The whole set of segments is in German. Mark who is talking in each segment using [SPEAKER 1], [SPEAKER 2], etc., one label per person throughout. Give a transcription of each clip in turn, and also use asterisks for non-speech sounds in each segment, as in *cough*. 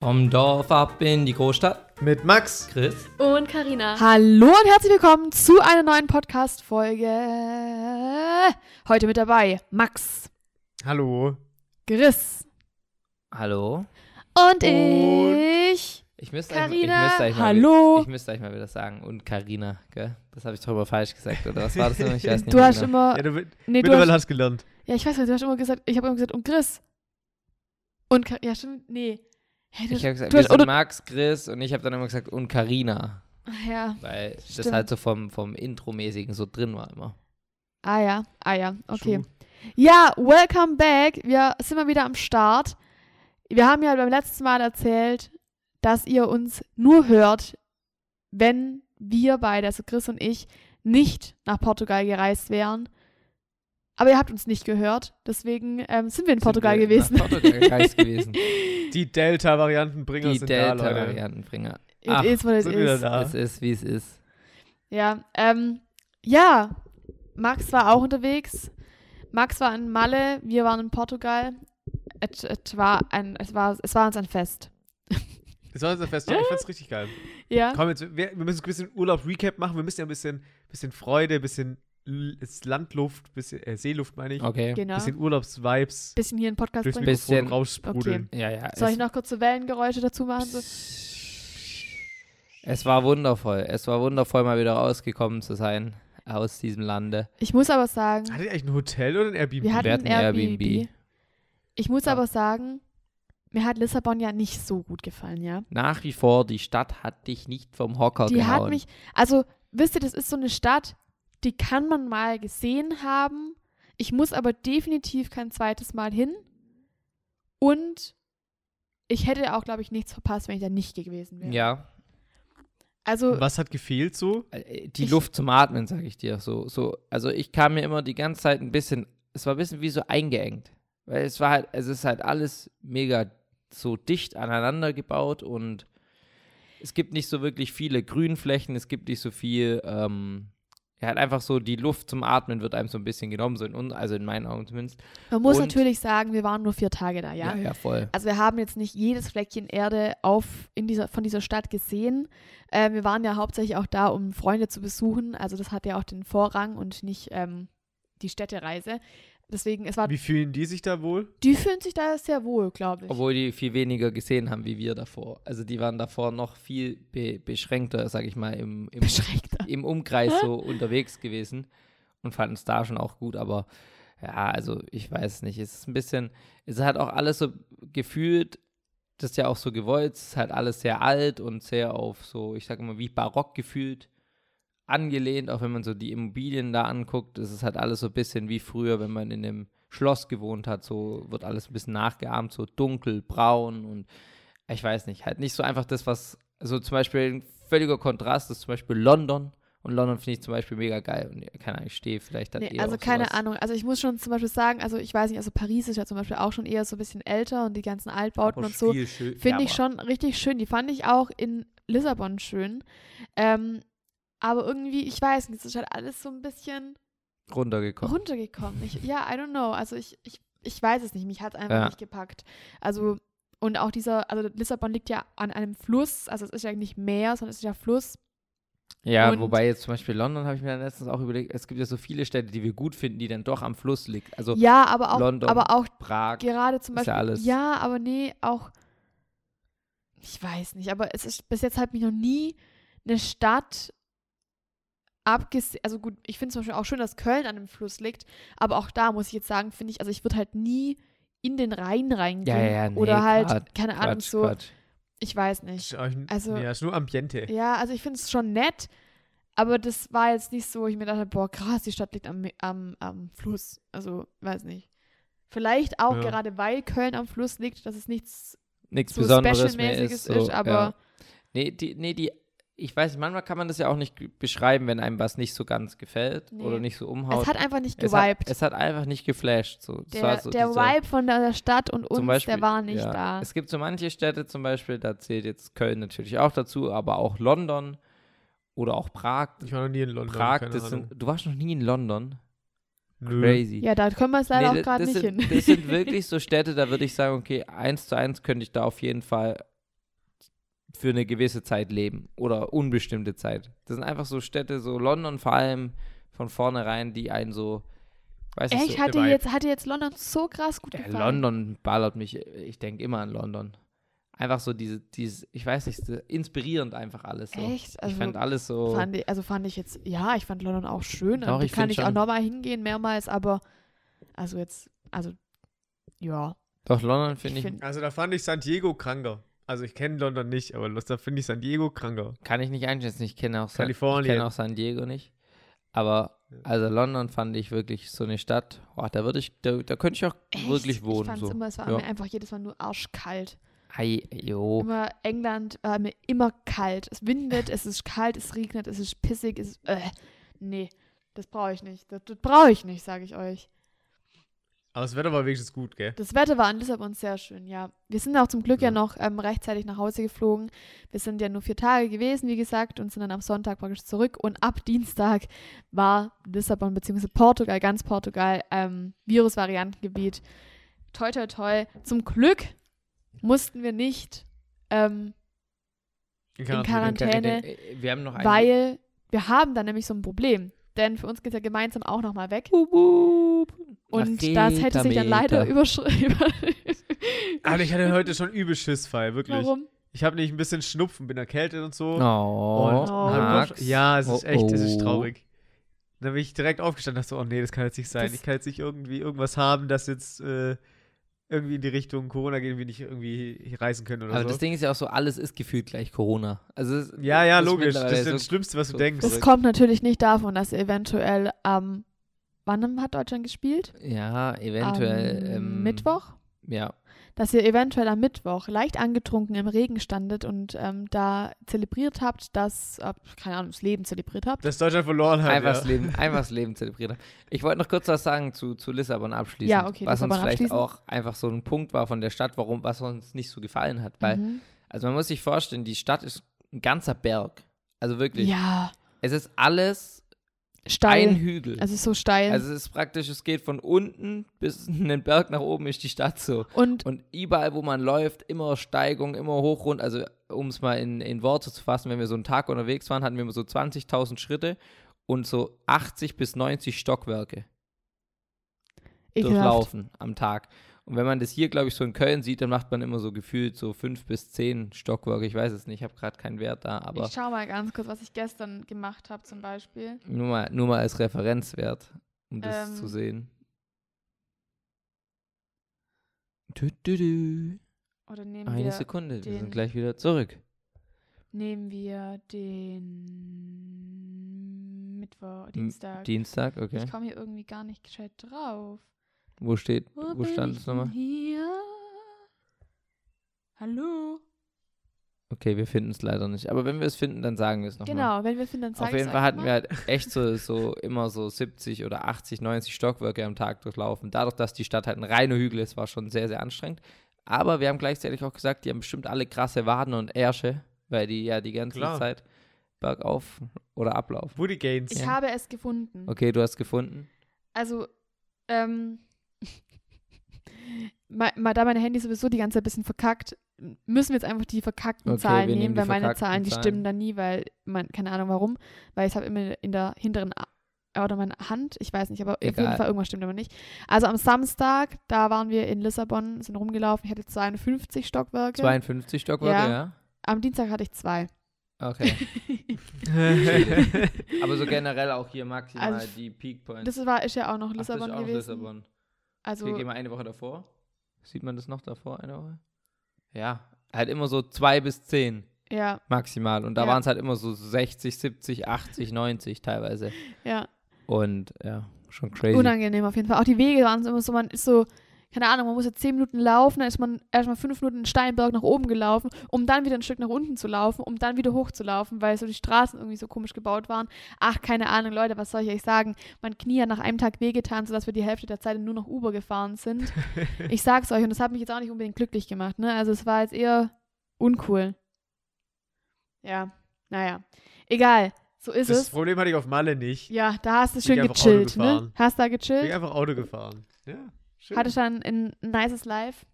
[SPEAKER 1] Vom Dorf ab in die Großstadt.
[SPEAKER 2] Mit Max.
[SPEAKER 1] Chris.
[SPEAKER 3] Und
[SPEAKER 4] *laughs*
[SPEAKER 3] Karina.
[SPEAKER 4] Hallo und herzlich willkommen zu einer neuen Podcast-Folge. Heute mit dabei Max,
[SPEAKER 2] Hallo.
[SPEAKER 4] Chris
[SPEAKER 1] Hallo.
[SPEAKER 2] Und-
[SPEAKER 4] und ich.
[SPEAKER 1] Ich müsste
[SPEAKER 4] Carina,
[SPEAKER 1] eigentlich, ich müsste eigentlich Mal,
[SPEAKER 4] hallo.
[SPEAKER 1] ich müsste eigentlich mal wieder sagen. Und Karina, gell? Das habe ich drüber falsch gesagt, oder? Was war das denn? Ich weiß nicht
[SPEAKER 4] Du
[SPEAKER 1] mehr
[SPEAKER 4] hast
[SPEAKER 1] genau.
[SPEAKER 4] immer.
[SPEAKER 2] Ja, du,
[SPEAKER 4] Nee, du
[SPEAKER 2] mittlerweile
[SPEAKER 4] hast,
[SPEAKER 2] hast du gelernt.
[SPEAKER 4] ja, ich weiß nicht, du hast immer gesagt, ich habe immer gesagt, und Chris. Und Ka- ja, stimmt, nee. Hä, du,
[SPEAKER 1] Ich habe gesagt, wir
[SPEAKER 4] du hast,
[SPEAKER 1] sind
[SPEAKER 4] oder,
[SPEAKER 1] Max, Chris und ich habe dann immer gesagt, und Karina.
[SPEAKER 4] Ach ja.
[SPEAKER 1] Weil das
[SPEAKER 4] Stimmt.
[SPEAKER 1] halt so vom, vom Intro-mäßigen so drin war immer.
[SPEAKER 4] Ah ja, ah ja, okay.
[SPEAKER 2] True.
[SPEAKER 4] Ja, welcome back. Wir sind mal wieder am Start. Wir haben ja beim letzten Mal erzählt, dass ihr uns nur hört, wenn wir beide, also Chris und ich, nicht nach Portugal gereist wären. Aber ihr habt uns nicht gehört, deswegen ähm, sind wir in
[SPEAKER 1] Sind
[SPEAKER 4] Portugal
[SPEAKER 1] wir
[SPEAKER 4] gewesen.
[SPEAKER 1] nach Portugal gereist
[SPEAKER 4] *laughs*
[SPEAKER 1] gewesen.
[SPEAKER 2] Die Delta-Variantenbringer
[SPEAKER 1] Die
[SPEAKER 2] sind da, Leute.
[SPEAKER 1] Delta-Variantenbringer.
[SPEAKER 4] It
[SPEAKER 1] Ach,
[SPEAKER 4] is what it
[SPEAKER 2] Sind wieder
[SPEAKER 4] is.
[SPEAKER 2] da.
[SPEAKER 1] Es ist, wie es ist.
[SPEAKER 4] Ja, ähm, ja, Max war auch unterwegs. Max war in Malle, wir waren in Portugal. Es, es, war, ein, es, war, es war uns ein Fest.
[SPEAKER 2] Das war unser Fest. Ja, ich
[SPEAKER 1] Ah.
[SPEAKER 2] fand's richtig geil.
[SPEAKER 4] Ja,
[SPEAKER 2] Komm, jetzt, wir, wir müssen ein bisschen Urlaub-Recap machen. Wir müssen ja ein bisschen, bisschen Freude, ein bisschen L- ist Landluft, bisschen äh, Seeluft, meine ich.
[SPEAKER 1] Okay.
[SPEAKER 4] genau.
[SPEAKER 2] Bisschen Urlaubs-Vibes
[SPEAKER 4] bisschen hier in den Podcast
[SPEAKER 2] durchs
[SPEAKER 4] bringen.
[SPEAKER 2] Mikrofon
[SPEAKER 1] Bisschen-
[SPEAKER 2] raussprudeln.
[SPEAKER 1] Ja, ja.
[SPEAKER 4] Soll
[SPEAKER 1] es-
[SPEAKER 4] ich noch kurze Wellengeräusche dazu machen? So?
[SPEAKER 1] Es war wundervoll. Es war wundervoll, mal wieder rausgekommen zu sein aus diesem Lande.
[SPEAKER 4] Ich muss aber sagen,
[SPEAKER 2] Hattet ihr eigentlich ein Hotel oder ein Airbnb?
[SPEAKER 4] wir hatten
[SPEAKER 1] hatten
[SPEAKER 4] ein Airbnb.
[SPEAKER 1] Airbnb.
[SPEAKER 4] Ich muss
[SPEAKER 1] Ja.
[SPEAKER 4] aber sagen, mir hat Lissabon ja nicht so gut gefallen, ja.
[SPEAKER 1] Nach wie vor, die Stadt hat dich nicht vom Hocker
[SPEAKER 4] Die
[SPEAKER 1] gehauen.
[SPEAKER 4] hat mich, also wisst ihr, das ist so eine Stadt, die kann man mal gesehen haben. Ich muss aber definitiv kein zweites Mal hin. Und ich hätte auch, glaube ich, nichts verpasst, wenn ich da nicht gewesen wäre.
[SPEAKER 1] ja,
[SPEAKER 4] Also,
[SPEAKER 2] Was hat gefehlt so?
[SPEAKER 1] äh, die
[SPEAKER 4] Ich-
[SPEAKER 1] Luft zum Atmen, sag ich dir. So, so, also ich kam mir immer die ganze Zeit ein bisschen, es war ein bisschen wie so eingeengt. Weil es war halt, es ist halt alles mega so dicht aneinander gebaut und es gibt nicht so wirklich viele Grünflächen, es gibt nicht so viel, ähm, ja, halt einfach so, die Luft zum Atmen wird einem so ein bisschen genommen, so in uns, also in meinen Augen zumindest.
[SPEAKER 4] man muss
[SPEAKER 1] und-
[SPEAKER 4] natürlich sagen, wir waren nur vier Tage da, ja.
[SPEAKER 1] voll.
[SPEAKER 4] Also wir haben jetzt nicht jedes Fleckchen Erde auf, in dieser, von dieser Stadt gesehen. Ähm, wir waren ja hauptsächlich auch da, um Freunde zu besuchen. Also das hat ja auch den Vorrang und nicht ähm, die Städtereise. Deswegen, es war
[SPEAKER 2] Wie fühlen die sich da wohl?
[SPEAKER 4] Die fühlen sich da sehr wohl, glaube *laughs* ich.
[SPEAKER 1] Obwohl die viel weniger gesehen haben wie wir davor. Also die waren davor noch viel be beschränkter, sag ich mal, im, im,
[SPEAKER 4] Beschränkter.
[SPEAKER 1] im Umkreis so unterwegs gewesen und fanden es da schon auch gut, aber ja, also ich weiß nicht, es ist ein bisschen, es hat auch alles so gefühlt, das ist ja auch so gewollt, es ist halt alles sehr alt und sehr auf so, ich sag immer, wie barock gefühlt angelehnt, auch wenn man so die Immobilien da anguckt, es ist halt alles so ein bisschen wie früher, wenn man in einem Schloss gewohnt hat, so wird alles ein bisschen nachgeahmt, so dunkelbraun und ich weiß nicht, halt nicht so einfach das, was, so zum Beispiel ein völliger Kontrast ist zum Beispiel London und London finde ich zum Beispiel mega geil und keine Ahnung, ich stehe vielleicht dann
[SPEAKER 4] Nee,
[SPEAKER 1] eher
[SPEAKER 4] also
[SPEAKER 1] auf
[SPEAKER 4] keine
[SPEAKER 1] sowas.
[SPEAKER 4] Ahnung. Also ich muss schon zum Beispiel sagen, also ich weiß nicht, also Paris ist ja zum Beispiel auch schon eher so ein bisschen älter und die ganzen Altbauten
[SPEAKER 1] Aber
[SPEAKER 4] und so.
[SPEAKER 1] viel schön- ja,
[SPEAKER 4] Finde ich
[SPEAKER 1] aber-
[SPEAKER 4] schon richtig schön. Die fand ich auch in Lissabon schön. Ähm, aber irgendwie, ich weiß nicht, es ist halt alles so ein bisschen
[SPEAKER 1] runtergekommen.
[SPEAKER 4] runtergekommen. Ich, ja, I don't know. Also ich, ich, ich weiß es nicht. Mich hat es einfach
[SPEAKER 1] Ja.
[SPEAKER 4] nicht gepackt. Also, und auch dieser, also Lissabon liegt ja an einem Fluss, also es ist ja nicht Meer, sondern es ist ja Fluss.
[SPEAKER 1] Ja,
[SPEAKER 4] Und-
[SPEAKER 1] wobei jetzt zum Beispiel London habe ich mir dann letztens auch überlegt, es gibt ja so viele Städte, die wir gut finden, die dann doch am Fluss liegt. Also
[SPEAKER 4] ja, aber auch,
[SPEAKER 1] London,
[SPEAKER 4] aber auch
[SPEAKER 1] Prag.
[SPEAKER 4] gerade zum
[SPEAKER 1] Ist
[SPEAKER 4] Beispiel.
[SPEAKER 1] ja alles-
[SPEAKER 4] ja, aber nee, auch. Ich weiß nicht, aber es ist bis jetzt hat mich noch nie eine Stadt abgesehen. Also gut, ich finde zum Beispiel auch schön, dass Köln an dem Fluss liegt, aber auch da muss ich jetzt sagen, finde ich, also ich würde halt nie in den Rhein reingehen.
[SPEAKER 1] Ja, ja, ja, nee,
[SPEAKER 4] oder halt,
[SPEAKER 1] Quatsch,
[SPEAKER 4] keine Ahnung,
[SPEAKER 1] Quatsch,
[SPEAKER 4] so,
[SPEAKER 1] Quatsch.
[SPEAKER 4] ich weiß nicht.
[SPEAKER 2] Ist euch-
[SPEAKER 4] Also-
[SPEAKER 2] ja, ist nur Ambiente.
[SPEAKER 4] Ja, also ich finde es schon nett, aber das war jetzt nicht so, ich mir dachte, boah, krass, die Stadt liegt am, Me- am, am Fluss. Also, weiß nicht. Vielleicht auch
[SPEAKER 2] Ja.
[SPEAKER 4] gerade, weil Köln am Fluss liegt, dass es nichts
[SPEAKER 1] Nichts
[SPEAKER 4] so
[SPEAKER 1] Besonderes mehr
[SPEAKER 4] Special-mäßiges
[SPEAKER 1] ist.
[SPEAKER 4] ist,
[SPEAKER 1] So,
[SPEAKER 4] aber
[SPEAKER 1] ja. Nee, die, nee, die, ich weiß nicht, manchmal kann man das ja auch nicht g- beschreiben, wenn einem was nicht so ganz gefällt
[SPEAKER 4] Nee.
[SPEAKER 1] oder nicht so umhaut.
[SPEAKER 4] es hat einfach nicht
[SPEAKER 1] Es hat-
[SPEAKER 4] gewiped.
[SPEAKER 1] Es hat einfach nicht geflasht. So. Das war
[SPEAKER 4] Der,
[SPEAKER 1] so
[SPEAKER 4] der
[SPEAKER 1] dieser-
[SPEAKER 4] Vibe von der der Stadt und uns,
[SPEAKER 1] zum Beispiel,
[SPEAKER 4] der war nicht
[SPEAKER 1] ja,
[SPEAKER 4] da.
[SPEAKER 1] Es gibt so manche Städte zum Beispiel, da zählt jetzt Köln natürlich auch dazu, aber auch London oder auch Prag.
[SPEAKER 2] Ich war noch nie in London.
[SPEAKER 1] Prag,
[SPEAKER 2] keine
[SPEAKER 1] das sind,
[SPEAKER 2] Ahnung.
[SPEAKER 1] du warst noch nie in London.
[SPEAKER 2] Nö.
[SPEAKER 1] Crazy.
[SPEAKER 4] Ja, da können wir es leider
[SPEAKER 1] Nee,
[SPEAKER 4] auch
[SPEAKER 1] da-
[SPEAKER 4] gerade
[SPEAKER 1] das
[SPEAKER 4] nicht
[SPEAKER 1] sind,
[SPEAKER 4] hin. *laughs*
[SPEAKER 1] Das sind wirklich so Städte, da würde ich sagen, okay, eins zu eins könnte ich da auf jeden Fall für eine gewisse Zeit leben oder unbestimmte Zeit. Das sind einfach so Städte, so London vor allem von vornherein, die einen so, weiß
[SPEAKER 4] Echt,
[SPEAKER 1] ich so,
[SPEAKER 4] hatte,
[SPEAKER 2] der Vibe.
[SPEAKER 4] jetzt, hatte jetzt London so krass gut
[SPEAKER 1] Ja,
[SPEAKER 4] gefallen.
[SPEAKER 1] London ballert mich, ich denke immer an London. Einfach so diese, dieses, ich weiß nicht, so inspirierend einfach alles so.
[SPEAKER 4] Echt?
[SPEAKER 1] ich fand alles so,
[SPEAKER 4] Fand ich, also fand ich jetzt, ja, ich fand London auch schön.
[SPEAKER 1] Doch,
[SPEAKER 4] und
[SPEAKER 1] ich
[SPEAKER 4] kann
[SPEAKER 1] find
[SPEAKER 4] ich auch
[SPEAKER 1] schon.
[SPEAKER 4] nochmal hingehen, mehrmals, aber also jetzt, also ja.
[SPEAKER 1] doch London finde
[SPEAKER 4] ich
[SPEAKER 1] ich,
[SPEAKER 4] find-
[SPEAKER 2] Also da fand ich San Diego kranker. Also ich kenne London nicht, aber da finde ich San Diego kranker.
[SPEAKER 1] kann ich nicht einschätzen, ich kenne auch, San, ich
[SPEAKER 2] Kalifornien.
[SPEAKER 1] kenne auch San Diego nicht. Aber, also London fand ich wirklich so eine Stadt, boah, da würde ich, da, da könnte ich auch
[SPEAKER 4] Echt?
[SPEAKER 1] wirklich wohnen.
[SPEAKER 4] Ich fand's
[SPEAKER 1] so.
[SPEAKER 4] immer, es war
[SPEAKER 1] ja. Oh.
[SPEAKER 4] mir einfach jedes Mal nur arschkalt.
[SPEAKER 1] Ei, jo.
[SPEAKER 4] Immer England äh, war mir immer kalt. Es windet, es ist kalt, es regnet, es ist pissig, es ist, äh, nee, das brauche ich nicht. Das, das brauche ich nicht, sage ich euch.
[SPEAKER 2] Aber das Wetter war wenigstens gut, gell?
[SPEAKER 4] Das Wetter war in Lissabon sehr schön, ja. Wir sind auch zum Glück ja
[SPEAKER 2] Ja.
[SPEAKER 4] noch ähm, rechtzeitig nach Hause geflogen. Wir sind ja nur vier Tage gewesen, wie gesagt, und sind dann am Sonntag praktisch zurück. Und ab Dienstag war Lissabon bzw. Portugal, ganz Portugal, ähm, Virusvariantengebiet. Toi, toi, toi. Zum Glück mussten wir nicht, ähm, In Quarantäne,
[SPEAKER 1] Äh, Wir haben noch ein-
[SPEAKER 4] weil wir haben dann nämlich so ein Problem. Denn für uns geht es ja gemeinsam auch nochmal weg.
[SPEAKER 1] Wup, wup.
[SPEAKER 4] Und
[SPEAKER 1] Ach,
[SPEAKER 4] das hätte sich dann *laughs* leider
[SPEAKER 1] Meter.
[SPEAKER 4] überschrieben.
[SPEAKER 2] Aber ich hatte heute schon übel Schissfall, wirklich.
[SPEAKER 4] Warum?
[SPEAKER 2] Ich habe nicht ein bisschen Schnupfen, bin erkältet und so.
[SPEAKER 1] Oh,
[SPEAKER 2] Und
[SPEAKER 4] Oh.
[SPEAKER 2] hab
[SPEAKER 1] Max.
[SPEAKER 2] Kopf- ja, es ist echt, es ist
[SPEAKER 1] Oh, oh.
[SPEAKER 2] traurig. Dann bin ich direkt aufgestanden dachte so, oh nee, das kann jetzt nicht sein.
[SPEAKER 4] Das-
[SPEAKER 2] ich kann jetzt nicht irgendwie irgendwas haben, das jetzt äh, irgendwie in die Richtung Corona geht, wir nicht irgendwie reisen können oder
[SPEAKER 1] Aber
[SPEAKER 2] so.
[SPEAKER 1] das Ding ist ja auch so, alles ist gefühlt gleich Corona. Also es ist-
[SPEAKER 2] ja, ja,
[SPEAKER 1] das ist
[SPEAKER 2] logisch. Das
[SPEAKER 1] mittlerweile
[SPEAKER 2] ist das
[SPEAKER 1] so-
[SPEAKER 2] Schlimmste, was
[SPEAKER 1] so-
[SPEAKER 2] du denkst.
[SPEAKER 4] Das kommt natürlich nicht davon, dass ihr eventuell am. wann hat Deutschland gespielt?
[SPEAKER 1] Ja, eventuell.
[SPEAKER 4] Am
[SPEAKER 1] ähm,
[SPEAKER 4] Mittwoch?
[SPEAKER 1] Ja.
[SPEAKER 4] Dass ihr eventuell am Mittwoch leicht angetrunken im Regen standet und ähm, da zelebriert habt, dass. Äh, keine Ahnung, das Leben zelebriert habt.
[SPEAKER 2] Dass Deutschland verloren hat.
[SPEAKER 1] Einfach,
[SPEAKER 2] Ja.
[SPEAKER 1] das Leben, einfach das Leben zelebriert. haben. Ich wollte noch kurz was sagen zu, zu Lissabon abschließend.
[SPEAKER 4] Ja, okay,
[SPEAKER 1] was uns
[SPEAKER 4] Lissabon
[SPEAKER 1] vielleicht
[SPEAKER 4] abschließend.
[SPEAKER 1] auch einfach so ein Punkt war von der Stadt, warum, was uns nicht so gefallen hat. Weil,
[SPEAKER 4] Mhm.
[SPEAKER 1] also man muss sich vorstellen, die Stadt ist ein ganzer Berg. Also wirklich.
[SPEAKER 4] Ja,
[SPEAKER 1] Es ist alles ein
[SPEAKER 4] steil.
[SPEAKER 1] Hügel.
[SPEAKER 4] Also so steil.
[SPEAKER 1] Also es ist praktisch, es geht von unten bis in den Berg nach oben ist die Stadt so.
[SPEAKER 4] und
[SPEAKER 1] Und überall, wo man läuft, immer Steigung, immer hoch rund. Also um es mal in, in Worte zu fassen, wenn wir so einen Tag unterwegs waren, hatten wir immer so 20.000 Schritte und so 80 bis 90 Stockwerke
[SPEAKER 4] ekelhaft.
[SPEAKER 1] durchlaufen am Tag. Und wenn man das hier, glaube ich, so in Köln sieht, dann macht man immer so gefühlt so fünf bis zehn Stockwerke. Ich weiß es nicht, ich habe gerade keinen Wert da, aber
[SPEAKER 4] Ich schau mal ganz kurz, was ich gestern gemacht habe zum Beispiel.
[SPEAKER 1] nur mal, nur mal als Referenzwert, um das
[SPEAKER 4] Ähm.
[SPEAKER 1] zu sehen. Dü, dü, dü.
[SPEAKER 4] Oder nehmen
[SPEAKER 1] Eine
[SPEAKER 4] wir,
[SPEAKER 1] Sekunde, wir
[SPEAKER 4] den-
[SPEAKER 1] sind gleich wieder zurück.
[SPEAKER 4] nehmen wir den Mittwoch, Dienstag.
[SPEAKER 1] Dienstag, okay.
[SPEAKER 4] Ich komme hier irgendwie gar nicht gescheit drauf.
[SPEAKER 1] Wo steht,
[SPEAKER 4] Wo,
[SPEAKER 1] wo
[SPEAKER 4] bin
[SPEAKER 1] stand
[SPEAKER 4] ich
[SPEAKER 1] es nochmal?
[SPEAKER 4] denn Hier? Hallo?
[SPEAKER 1] Okay, wir finden es leider nicht. Aber wenn wir es finden, dann sagen wir es nochmal.
[SPEAKER 4] Genau, wenn wir finden, dann
[SPEAKER 1] Auf
[SPEAKER 4] zeig's
[SPEAKER 1] jeden
[SPEAKER 4] euch
[SPEAKER 1] Fall hatten
[SPEAKER 4] mal.
[SPEAKER 1] wir halt echt so, so immer so 70 oder 80, 90 Stockwerke am Tag durchlaufen. Dadurch, dass die Stadt halt ein reiner Hügel ist, war schon sehr, sehr anstrengend. Aber wir haben gleichzeitig auch gesagt, die haben bestimmt alle krasse Waden und Ärsche, weil die ja die ganze
[SPEAKER 2] Klar.
[SPEAKER 1] Zeit bergauf oder ablaufen.
[SPEAKER 2] Woody Gaines.
[SPEAKER 4] Ich
[SPEAKER 1] Ja.
[SPEAKER 4] habe es gefunden.
[SPEAKER 1] Okay, du hast gefunden.
[SPEAKER 4] Also, ähm, *laughs* mal, mal, da mein Handy sowieso die ganze Zeit ein bisschen verkackt, müssen wir jetzt einfach die verkackten
[SPEAKER 1] Okay,
[SPEAKER 4] Zahlen
[SPEAKER 1] wir
[SPEAKER 4] nehmen,
[SPEAKER 1] nehmen die
[SPEAKER 4] weil meine
[SPEAKER 1] verkackten
[SPEAKER 4] Zahlen, die
[SPEAKER 1] Zahlen.
[SPEAKER 4] stimmen dann nie, weil, man, keine Ahnung warum, weil ich habe immer in der hinteren A- oder meine Hand, ich weiß nicht, aber auf jeden
[SPEAKER 1] Egal.
[SPEAKER 4] Fall irgendwas stimmt immer nicht. Also am Samstag, da waren wir in Lissabon, sind rumgelaufen, ich hatte 52 Stockwerke.
[SPEAKER 1] 52 Stockwerke, ja?
[SPEAKER 4] Am Dienstag hatte ich zwei.
[SPEAKER 1] Okay. Aber so generell auch hier maximal
[SPEAKER 4] Also,
[SPEAKER 1] die Peak Points.
[SPEAKER 4] *laughs* Das war ist ja auch noch
[SPEAKER 1] Ach, das ist
[SPEAKER 4] Lissabon
[SPEAKER 1] auch noch
[SPEAKER 4] gewesen.
[SPEAKER 1] Lissabon.
[SPEAKER 4] Also
[SPEAKER 1] Okay, gehen wir eine Woche davor. Sieht man das noch davor, eine Woche? Ja, halt immer so zwei bis zehn
[SPEAKER 4] ja,
[SPEAKER 1] maximal. Und da
[SPEAKER 4] Ja.
[SPEAKER 1] waren es halt immer so 60, 70, 80, 90 teilweise.
[SPEAKER 4] ja.
[SPEAKER 1] Und ja, schon crazy.
[SPEAKER 4] Unangenehm auf jeden Fall. Auch die Wege waren so immer so, man ist so, keine Ahnung, man muss jetzt zehn Minuten laufen, dann ist man erstmal fünf Minuten einen Steinberg nach oben gelaufen, um dann wieder ein Stück nach unten zu laufen, um dann wieder hochzulaufen, weil so die Straßen irgendwie so komisch gebaut waren. Ach, keine Ahnung, Leute, was soll ich euch sagen? Mein Knie hat nach einem Tag wehgetan, sodass wir die Hälfte der Zeit nur noch Uber
[SPEAKER 2] *laughs*
[SPEAKER 4] gefahren sind. ich sag's euch, und das hat mich jetzt auch nicht unbedingt glücklich gemacht, ne? Also es war jetzt eher uncool. Ja, naja. Egal, so ist
[SPEAKER 2] das
[SPEAKER 4] Also es.
[SPEAKER 2] Problem hatte ich auf Malle nicht.
[SPEAKER 4] Ja, da hast du
[SPEAKER 2] Bin
[SPEAKER 4] schön
[SPEAKER 2] ich einfach Auto
[SPEAKER 4] gechillt, ne?
[SPEAKER 2] gefahren.
[SPEAKER 4] Hast da
[SPEAKER 2] Bin ich
[SPEAKER 4] gechillt?
[SPEAKER 2] einfach Auto gefahren. Ja, schön.
[SPEAKER 4] Hattest dann ein nices Life?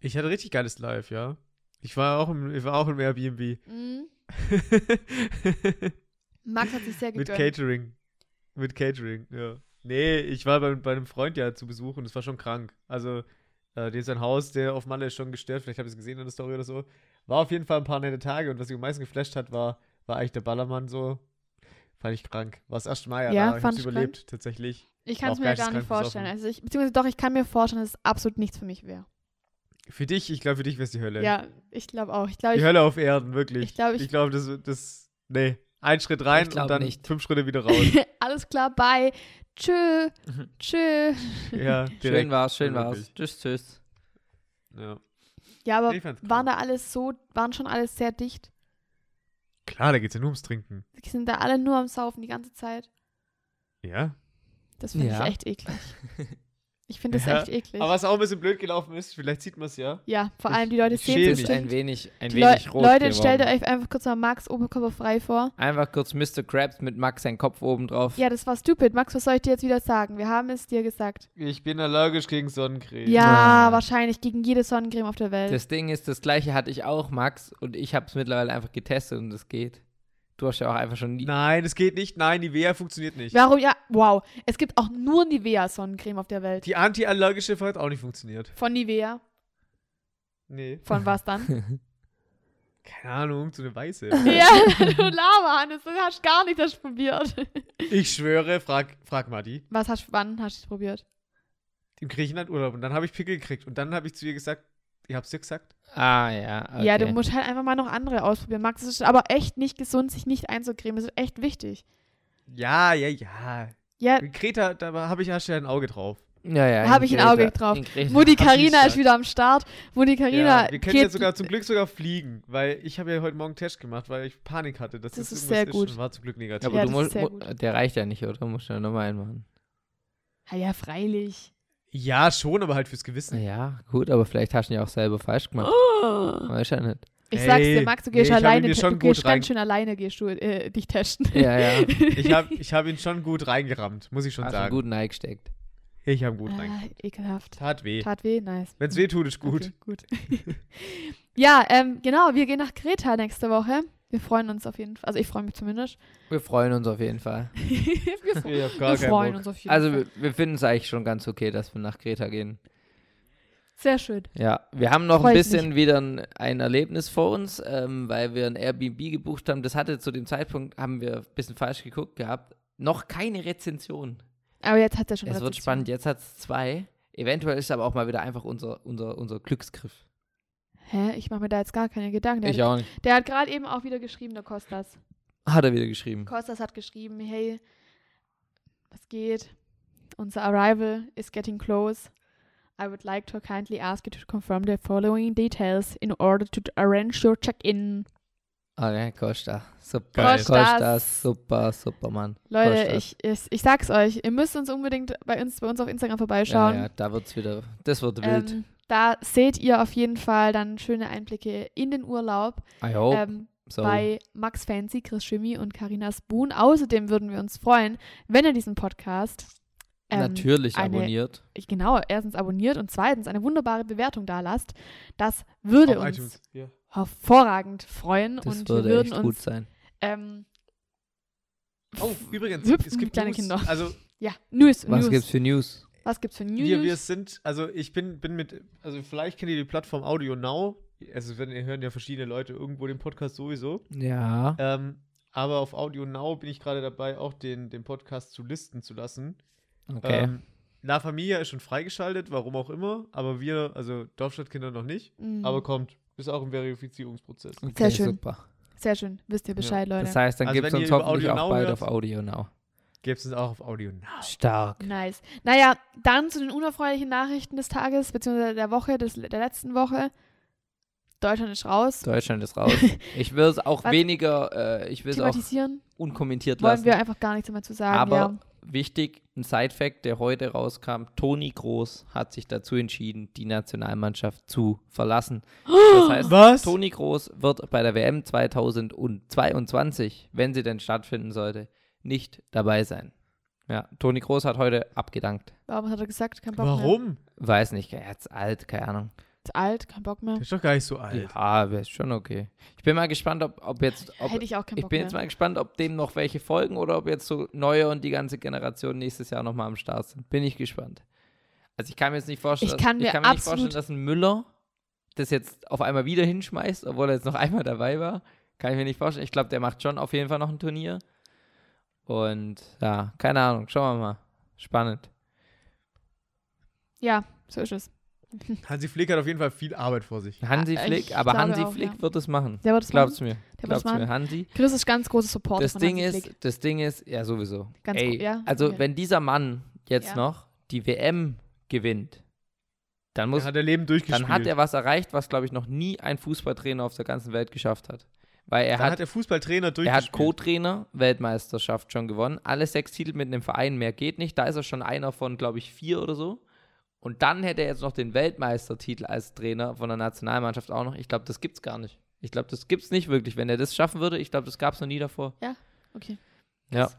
[SPEAKER 2] ich hatte richtig geiles Live, ja. Ich war auch im, ich war auch im
[SPEAKER 4] *laughs*
[SPEAKER 2] Airbnb.
[SPEAKER 4] Mhm. Max hat sich sehr
[SPEAKER 2] Mit
[SPEAKER 4] gegönnt.
[SPEAKER 2] Catering. Mit Catering, ja. Nee, ich war bei, bei einem Freund ja zu Besuch und es war schon krank. Also, äh, der ist ein Haus, der auf Malle ist schon gestört. Vielleicht habt ihr es gesehen in der Story oder so. War auf jeden Fall ein paar nette Tage und was mich am meisten geflasht hat, war, war eigentlich der Ballermann so. Fand ich krank. War das erste Mal, ja,
[SPEAKER 4] Ja,
[SPEAKER 2] da. ich hab's
[SPEAKER 4] fand's
[SPEAKER 2] überlebt, tatsächlich.
[SPEAKER 4] Ich kann
[SPEAKER 2] Auch
[SPEAKER 4] es mir gar nicht
[SPEAKER 2] geisteskrank
[SPEAKER 4] vorstellen.
[SPEAKER 2] besoffen.
[SPEAKER 4] Also ich, beziehungsweise doch, ich kann mir vorstellen, dass es absolut nichts für mich wäre.
[SPEAKER 2] Für dich, ich glaube, für dich wär's die Hölle.
[SPEAKER 4] Ja, ich glaube auch. Ich glaube,
[SPEAKER 2] Die
[SPEAKER 4] ich,
[SPEAKER 2] Hölle auf Erden, wirklich.
[SPEAKER 4] ich glaube,
[SPEAKER 2] Ich
[SPEAKER 4] ich,
[SPEAKER 2] glaube, das, das. Nee. Ein Schritt rein
[SPEAKER 1] Ich glaub
[SPEAKER 2] und dann
[SPEAKER 1] nicht.
[SPEAKER 2] fünf Schritte wieder raus.
[SPEAKER 4] *laughs* alles klar, bye. Tschö. Tschö.
[SPEAKER 2] ja,
[SPEAKER 1] Schön
[SPEAKER 2] direkt.
[SPEAKER 1] war's, schön
[SPEAKER 2] Wirklich.
[SPEAKER 1] war's. Tschüss, tschüss.
[SPEAKER 2] Ja.
[SPEAKER 4] Ja, aber
[SPEAKER 2] Nee, ich fand's krank.
[SPEAKER 4] waren da alles so, waren schon alles sehr dicht?
[SPEAKER 2] Klar, da geht's ja nur ums Trinken.
[SPEAKER 4] Die sind da alle nur am Saufen die ganze Zeit.
[SPEAKER 2] Ja.
[SPEAKER 4] Das finde
[SPEAKER 1] Ja.
[SPEAKER 4] ich echt eklig. Ich finde das
[SPEAKER 2] Ja,
[SPEAKER 4] echt eklig.
[SPEAKER 2] Aber was auch ein bisschen blöd gelaufen ist, vielleicht sieht man es ja.
[SPEAKER 4] ja, vor
[SPEAKER 2] Ich
[SPEAKER 4] allem die Leute sehen
[SPEAKER 2] schäme
[SPEAKER 4] es
[SPEAKER 1] Ist ein
[SPEAKER 4] bestimmt.
[SPEAKER 1] wenig, ein
[SPEAKER 4] Die
[SPEAKER 1] wenig
[SPEAKER 4] Leu
[SPEAKER 1] rot
[SPEAKER 4] Leute,
[SPEAKER 1] geworden.
[SPEAKER 4] stellt euch einfach kurz mal Max Oberkörper frei vor.
[SPEAKER 1] Einfach kurz Mr. Krabs mit Max seinen Kopf oben drauf.
[SPEAKER 4] Ja, das war stupid. Max, was soll ich dir jetzt wieder sagen? Wir haben es dir gesagt.
[SPEAKER 2] Ich bin allergisch gegen Sonnencreme.
[SPEAKER 4] Ja,
[SPEAKER 1] Ah.
[SPEAKER 4] wahrscheinlich gegen jede Sonnencreme auf der Welt.
[SPEAKER 1] Das Ding ist, das gleiche hatte ich auch, Max, und ich habe es mittlerweile einfach getestet und es geht. Du hast ja auch einfach schon nie.
[SPEAKER 2] Nein, es geht nicht. Nein, Nivea funktioniert nicht.
[SPEAKER 4] Warum ja? Wow, es gibt auch nur Nivea Sonnencreme auf der Welt.
[SPEAKER 2] Die antiallergische hat auch nicht funktioniert.
[SPEAKER 4] Von Nivea?
[SPEAKER 2] Nee.
[SPEAKER 4] Von was dann?
[SPEAKER 2] *laughs* Keine Ahnung, so eine weiße.
[SPEAKER 4] *laughs* ja, du Lama, Hannes, du hast gar nicht das probiert.
[SPEAKER 2] ich schwöre, frag, frag Madi.
[SPEAKER 4] Was hast wann hast du es probiert?
[SPEAKER 2] Im Griechenland Urlaub. Und dann habe ich Pickel gekriegt. Und dann habe ich zu ihr gesagt, ich hab's dir gesagt.
[SPEAKER 1] Ah, ja. Okay.
[SPEAKER 4] Ja, du musst halt einfach mal noch andere ausprobieren. Max, es ist aber echt nicht gesund, sich nicht einzucremen. Das ist echt wichtig.
[SPEAKER 2] Ja, ja, ja.
[SPEAKER 4] Ja,
[SPEAKER 2] In Kreta, da habe ich ja schon ein Auge drauf.
[SPEAKER 1] Ja, ja.
[SPEAKER 4] Hab
[SPEAKER 1] in
[SPEAKER 4] ich ein
[SPEAKER 1] Kreta-
[SPEAKER 4] Auge drauf.
[SPEAKER 1] in Kreta-
[SPEAKER 4] Mutti
[SPEAKER 2] sie
[SPEAKER 4] Karina ist
[SPEAKER 2] gesagt.
[SPEAKER 4] wieder am Start. Mutti Karina
[SPEAKER 2] ja, wir können
[SPEAKER 4] geht
[SPEAKER 2] ja sogar zum Glück sogar fliegen, weil ich habe ja heute Morgen einen Test gemacht, weil ich Panik hatte, dass
[SPEAKER 4] Das
[SPEAKER 2] jetzt
[SPEAKER 4] ist
[SPEAKER 2] irgendwas
[SPEAKER 4] sehr gut.
[SPEAKER 2] und war zum Glück
[SPEAKER 1] Ja,
[SPEAKER 2] negativ.
[SPEAKER 1] aber
[SPEAKER 4] Ja,
[SPEAKER 1] du
[SPEAKER 4] das
[SPEAKER 1] musst,
[SPEAKER 4] ist sehr
[SPEAKER 1] mu- der reicht ja nicht, oder? Musst du ja nochmal einen machen.
[SPEAKER 4] Ah ja, freilich.
[SPEAKER 2] Ja, schon, aber halt fürs
[SPEAKER 4] *laughs*
[SPEAKER 2] Gewissen.
[SPEAKER 1] Ja, gut, aber vielleicht hast du ihn ja auch selber falsch gemacht.
[SPEAKER 4] Oh.
[SPEAKER 1] Weiß ja nicht.
[SPEAKER 4] Ich sag's dir,
[SPEAKER 2] Ey,
[SPEAKER 4] Max, du gehst
[SPEAKER 2] nee, ich hab ihn
[SPEAKER 4] alleine,
[SPEAKER 2] dir
[SPEAKER 4] te-
[SPEAKER 2] schon
[SPEAKER 4] du gehst
[SPEAKER 2] gut rein-
[SPEAKER 4] ganz schön alleine, gehst du äh, dich testen.
[SPEAKER 1] *laughs* Ja, ja.
[SPEAKER 2] Ich
[SPEAKER 4] *laughs*
[SPEAKER 2] habe ich hab ihn schon gut reingerammt, muss ich schon
[SPEAKER 1] Hast einen
[SPEAKER 2] sagen.
[SPEAKER 1] guten Ei gesteckt.
[SPEAKER 2] Ich habe gut reingerammt.
[SPEAKER 4] ah, ekelhaft.
[SPEAKER 2] Tat weh.
[SPEAKER 4] Tat weh, nice.
[SPEAKER 2] Wenn's weh tut, ist gut.
[SPEAKER 4] Okay, gut. *laughs* ja, ähm, genau, wir gehen nach Kreta nächste Woche. Wir freuen uns auf jeden Fall. Also ich freue mich zumindest. *laughs*
[SPEAKER 1] Wir freuen uns auf jeden Fall.
[SPEAKER 4] wir fre-
[SPEAKER 2] Ich hab gar
[SPEAKER 4] wir
[SPEAKER 2] keinen
[SPEAKER 4] freuen
[SPEAKER 2] Bock.
[SPEAKER 4] uns auf jeden
[SPEAKER 1] Also
[SPEAKER 4] Fall.
[SPEAKER 1] wir, wir finden es eigentlich schon ganz okay, dass wir nach Kreta gehen.
[SPEAKER 4] Sehr schön.
[SPEAKER 1] Ja, wir haben noch
[SPEAKER 4] Freut
[SPEAKER 1] ein
[SPEAKER 4] mich.
[SPEAKER 1] bisschen wieder ein, ein Erlebnis vor uns, ähm, weil wir ein Airbnb gebucht haben. Das hatte zu dem Zeitpunkt, haben wir ein bisschen falsch geguckt gehabt, noch keine Rezension.
[SPEAKER 4] Aber jetzt hat er schon
[SPEAKER 1] Es wird
[SPEAKER 4] Rezeption.
[SPEAKER 1] spannend, jetzt hat es zwei. Eventuell ist aber auch mal wieder einfach unser, unser, unser Glücksgriff.
[SPEAKER 4] Hä? Ich mache mir da jetzt gar keine Gedanken. Der,
[SPEAKER 1] Ich auch nicht.
[SPEAKER 4] der hat gerade eben auch wieder geschrieben, der Kostas.
[SPEAKER 1] Hat er wieder geschrieben.
[SPEAKER 4] Kostas hat geschrieben, hey, was geht? Unser Arrival is getting close. I would like to kindly ask you to confirm the following details in order to arrange your check-in.
[SPEAKER 1] Okay, Costa. Super.
[SPEAKER 2] Geil.
[SPEAKER 1] Costa, super, super Mann.
[SPEAKER 4] Leute,
[SPEAKER 1] Kostas.
[SPEAKER 4] ich, ich, ich sag's euch, ihr müsst uns unbedingt bei uns, bei uns auf Instagram vorbeischauen.
[SPEAKER 1] Ja, ja, da wird's wieder. Das wird wild.
[SPEAKER 4] Ähm, da seht ihr auf jeden Fall dann schöne Einblicke in den Urlaub
[SPEAKER 1] I hope
[SPEAKER 4] ähm,
[SPEAKER 1] Oh, so.
[SPEAKER 4] bei Max Fancy, Chris Schimmy und Carina Spoon. Außerdem würden wir uns freuen, wenn ihr diesen Podcast ähm,
[SPEAKER 1] Natürlich
[SPEAKER 4] eine-
[SPEAKER 1] abonniert.
[SPEAKER 4] genau, erstens abonniert und zweitens eine wunderbare Bewertung da lasst. Das würde
[SPEAKER 2] Auf
[SPEAKER 4] uns
[SPEAKER 2] iTunes. Ja.
[SPEAKER 4] hervorragend freuen
[SPEAKER 1] Das
[SPEAKER 4] und wir
[SPEAKER 1] würde
[SPEAKER 4] würden
[SPEAKER 1] echt gut
[SPEAKER 4] uns
[SPEAKER 1] sein.
[SPEAKER 4] ähm,
[SPEAKER 2] Oh, übrigens,
[SPEAKER 4] hüpfen
[SPEAKER 2] es gibt
[SPEAKER 4] kleine
[SPEAKER 2] News.
[SPEAKER 4] Kinder.
[SPEAKER 2] Also,
[SPEAKER 4] ja, News,
[SPEAKER 1] Was
[SPEAKER 4] News.
[SPEAKER 1] gibt's für News?
[SPEAKER 4] Was gibt's für News?
[SPEAKER 2] wir, wir sind, also ich bin, bin mit, also vielleicht kennt ihr die Plattform Audio Now. Also, wenn ihr hören ja verschiedene Leute irgendwo den Podcast sowieso.
[SPEAKER 1] Ja.
[SPEAKER 2] Ähm, aber auf Audio Now bin ich gerade dabei, auch den, den Podcast zu listen zu lassen.
[SPEAKER 1] Okay.
[SPEAKER 2] Ähm, La Familia ist schon freigeschaltet, warum auch immer, aber wir, also Dorfstadtkinder noch nicht,
[SPEAKER 4] Mhm.
[SPEAKER 2] aber kommt, ist auch im Verifizierungsprozess.
[SPEAKER 1] okay,
[SPEAKER 4] sehr schön.
[SPEAKER 1] Super.
[SPEAKER 4] Sehr schön, wisst ihr Bescheid, Leute.
[SPEAKER 1] Das heißt, dann
[SPEAKER 2] Also
[SPEAKER 1] gibt's
[SPEAKER 2] wenn ihr
[SPEAKER 1] uns
[SPEAKER 2] über
[SPEAKER 1] hoffentlich
[SPEAKER 2] Audio
[SPEAKER 1] auch
[SPEAKER 2] Now
[SPEAKER 1] bald
[SPEAKER 2] hört-
[SPEAKER 1] auf Audio Now.
[SPEAKER 2] Gibt es auch auf Audio Now.
[SPEAKER 1] Stark.
[SPEAKER 4] Nice. Naja, dann zu den unerfreulichen Nachrichten des Tages, beziehungsweise der Woche, des, der letzten Woche. Deutschland ist raus.
[SPEAKER 1] Deutschland ist
[SPEAKER 4] *laughs*
[SPEAKER 1] raus. ich will es auch
[SPEAKER 4] Was?
[SPEAKER 1] weniger, äh, ich will es auch
[SPEAKER 4] Thematisieren
[SPEAKER 1] unkommentiert
[SPEAKER 4] wollen
[SPEAKER 1] lassen.
[SPEAKER 4] wir einfach gar nichts mehr zu sagen.
[SPEAKER 1] Aber
[SPEAKER 4] ja.
[SPEAKER 1] wichtig, ein Side-Fact, der heute rauskam: Toni Groß hat sich dazu entschieden, die Nationalmannschaft zu verlassen. Das heißt,
[SPEAKER 2] Was?
[SPEAKER 1] Toni Groß wird bei der WM 2022, wenn sie denn stattfinden sollte, nicht dabei sein. Ja, Toni Groß hat heute abgedankt.
[SPEAKER 4] Warum hat er gesagt? Kein Bock Mehr.
[SPEAKER 2] Warum?
[SPEAKER 1] Weiß nicht, er ist alt, keine Ahnung.
[SPEAKER 4] Ist alt, kein Bock mehr.
[SPEAKER 2] Der ist doch gar nicht so alt.
[SPEAKER 1] Ja, wäre schon okay. Ich bin mal gespannt, ob, ob jetzt. Ob,
[SPEAKER 4] Hätte ich auch keinen
[SPEAKER 1] ich
[SPEAKER 4] Bock
[SPEAKER 1] bin
[SPEAKER 4] mehr.
[SPEAKER 1] jetzt mal gespannt, ob dem noch welche folgen oder ob jetzt so neue und die ganze Generation nächstes Jahr nochmal am Start sind. Bin ich gespannt. Also ich kann mir jetzt nicht vorstellen,
[SPEAKER 4] Ich
[SPEAKER 1] dass-
[SPEAKER 4] kann mir
[SPEAKER 1] kann mir nicht
[SPEAKER 4] absolut-
[SPEAKER 1] vorstellen, dass ein Müller das jetzt auf einmal wieder hinschmeißt, obwohl er jetzt noch *laughs* einmal dabei war. Kann ich mir nicht vorstellen. Ich glaube, der macht schon auf jeden Fall noch ein Turnier. Und ja, keine Ahnung. Schauen wir mal. Spannend.
[SPEAKER 4] ja, so ist es.
[SPEAKER 2] Hansi Flick hat auf jeden Fall viel Arbeit vor sich.
[SPEAKER 1] Hansi
[SPEAKER 4] ich
[SPEAKER 1] Flick, aber
[SPEAKER 4] glaube
[SPEAKER 1] Hansi
[SPEAKER 4] auch,
[SPEAKER 1] Flick
[SPEAKER 4] ja.
[SPEAKER 1] wird es machen.
[SPEAKER 4] Der wird es machen.
[SPEAKER 1] Glaubst du mir?
[SPEAKER 4] Der wird es
[SPEAKER 1] Glaubst du mir,
[SPEAKER 4] machen.
[SPEAKER 1] Hansi?
[SPEAKER 4] Chris ist ganz großer Supporter
[SPEAKER 1] das
[SPEAKER 4] von
[SPEAKER 1] Ding
[SPEAKER 4] Hansi
[SPEAKER 1] ist,
[SPEAKER 4] Flick.
[SPEAKER 1] das Ding ist, ja sowieso.
[SPEAKER 4] Ganz
[SPEAKER 1] Ey,
[SPEAKER 4] gro- ja,
[SPEAKER 1] also
[SPEAKER 4] ja.
[SPEAKER 1] wenn dieser Mann jetzt
[SPEAKER 4] Ja.
[SPEAKER 1] noch die WM gewinnt, dann muss,
[SPEAKER 2] Dann hat er Leben durchgespielt.
[SPEAKER 1] dann hat er was erreicht, was glaube ich noch nie ein Fußballtrainer auf der ganzen Welt geschafft hat, weil er
[SPEAKER 2] Dann
[SPEAKER 1] hat,
[SPEAKER 2] hat der Fußballtrainer
[SPEAKER 1] er
[SPEAKER 2] durchgespielt.
[SPEAKER 1] hat Co-Trainer, Weltmeisterschaft schon gewonnen, alle sechs Titel mit einem Verein, mehr geht nicht. Da ist er schon einer von glaube ich vier oder so. Und dann hätte er jetzt noch den Weltmeistertitel als Trainer von der Nationalmannschaft auch noch. Ich glaube, das gibt's gar nicht. Ich glaube, das gibt's nicht wirklich. Wenn er das schaffen würde, ich glaube, das gab's noch nie davor.
[SPEAKER 4] Okay.
[SPEAKER 1] Ja.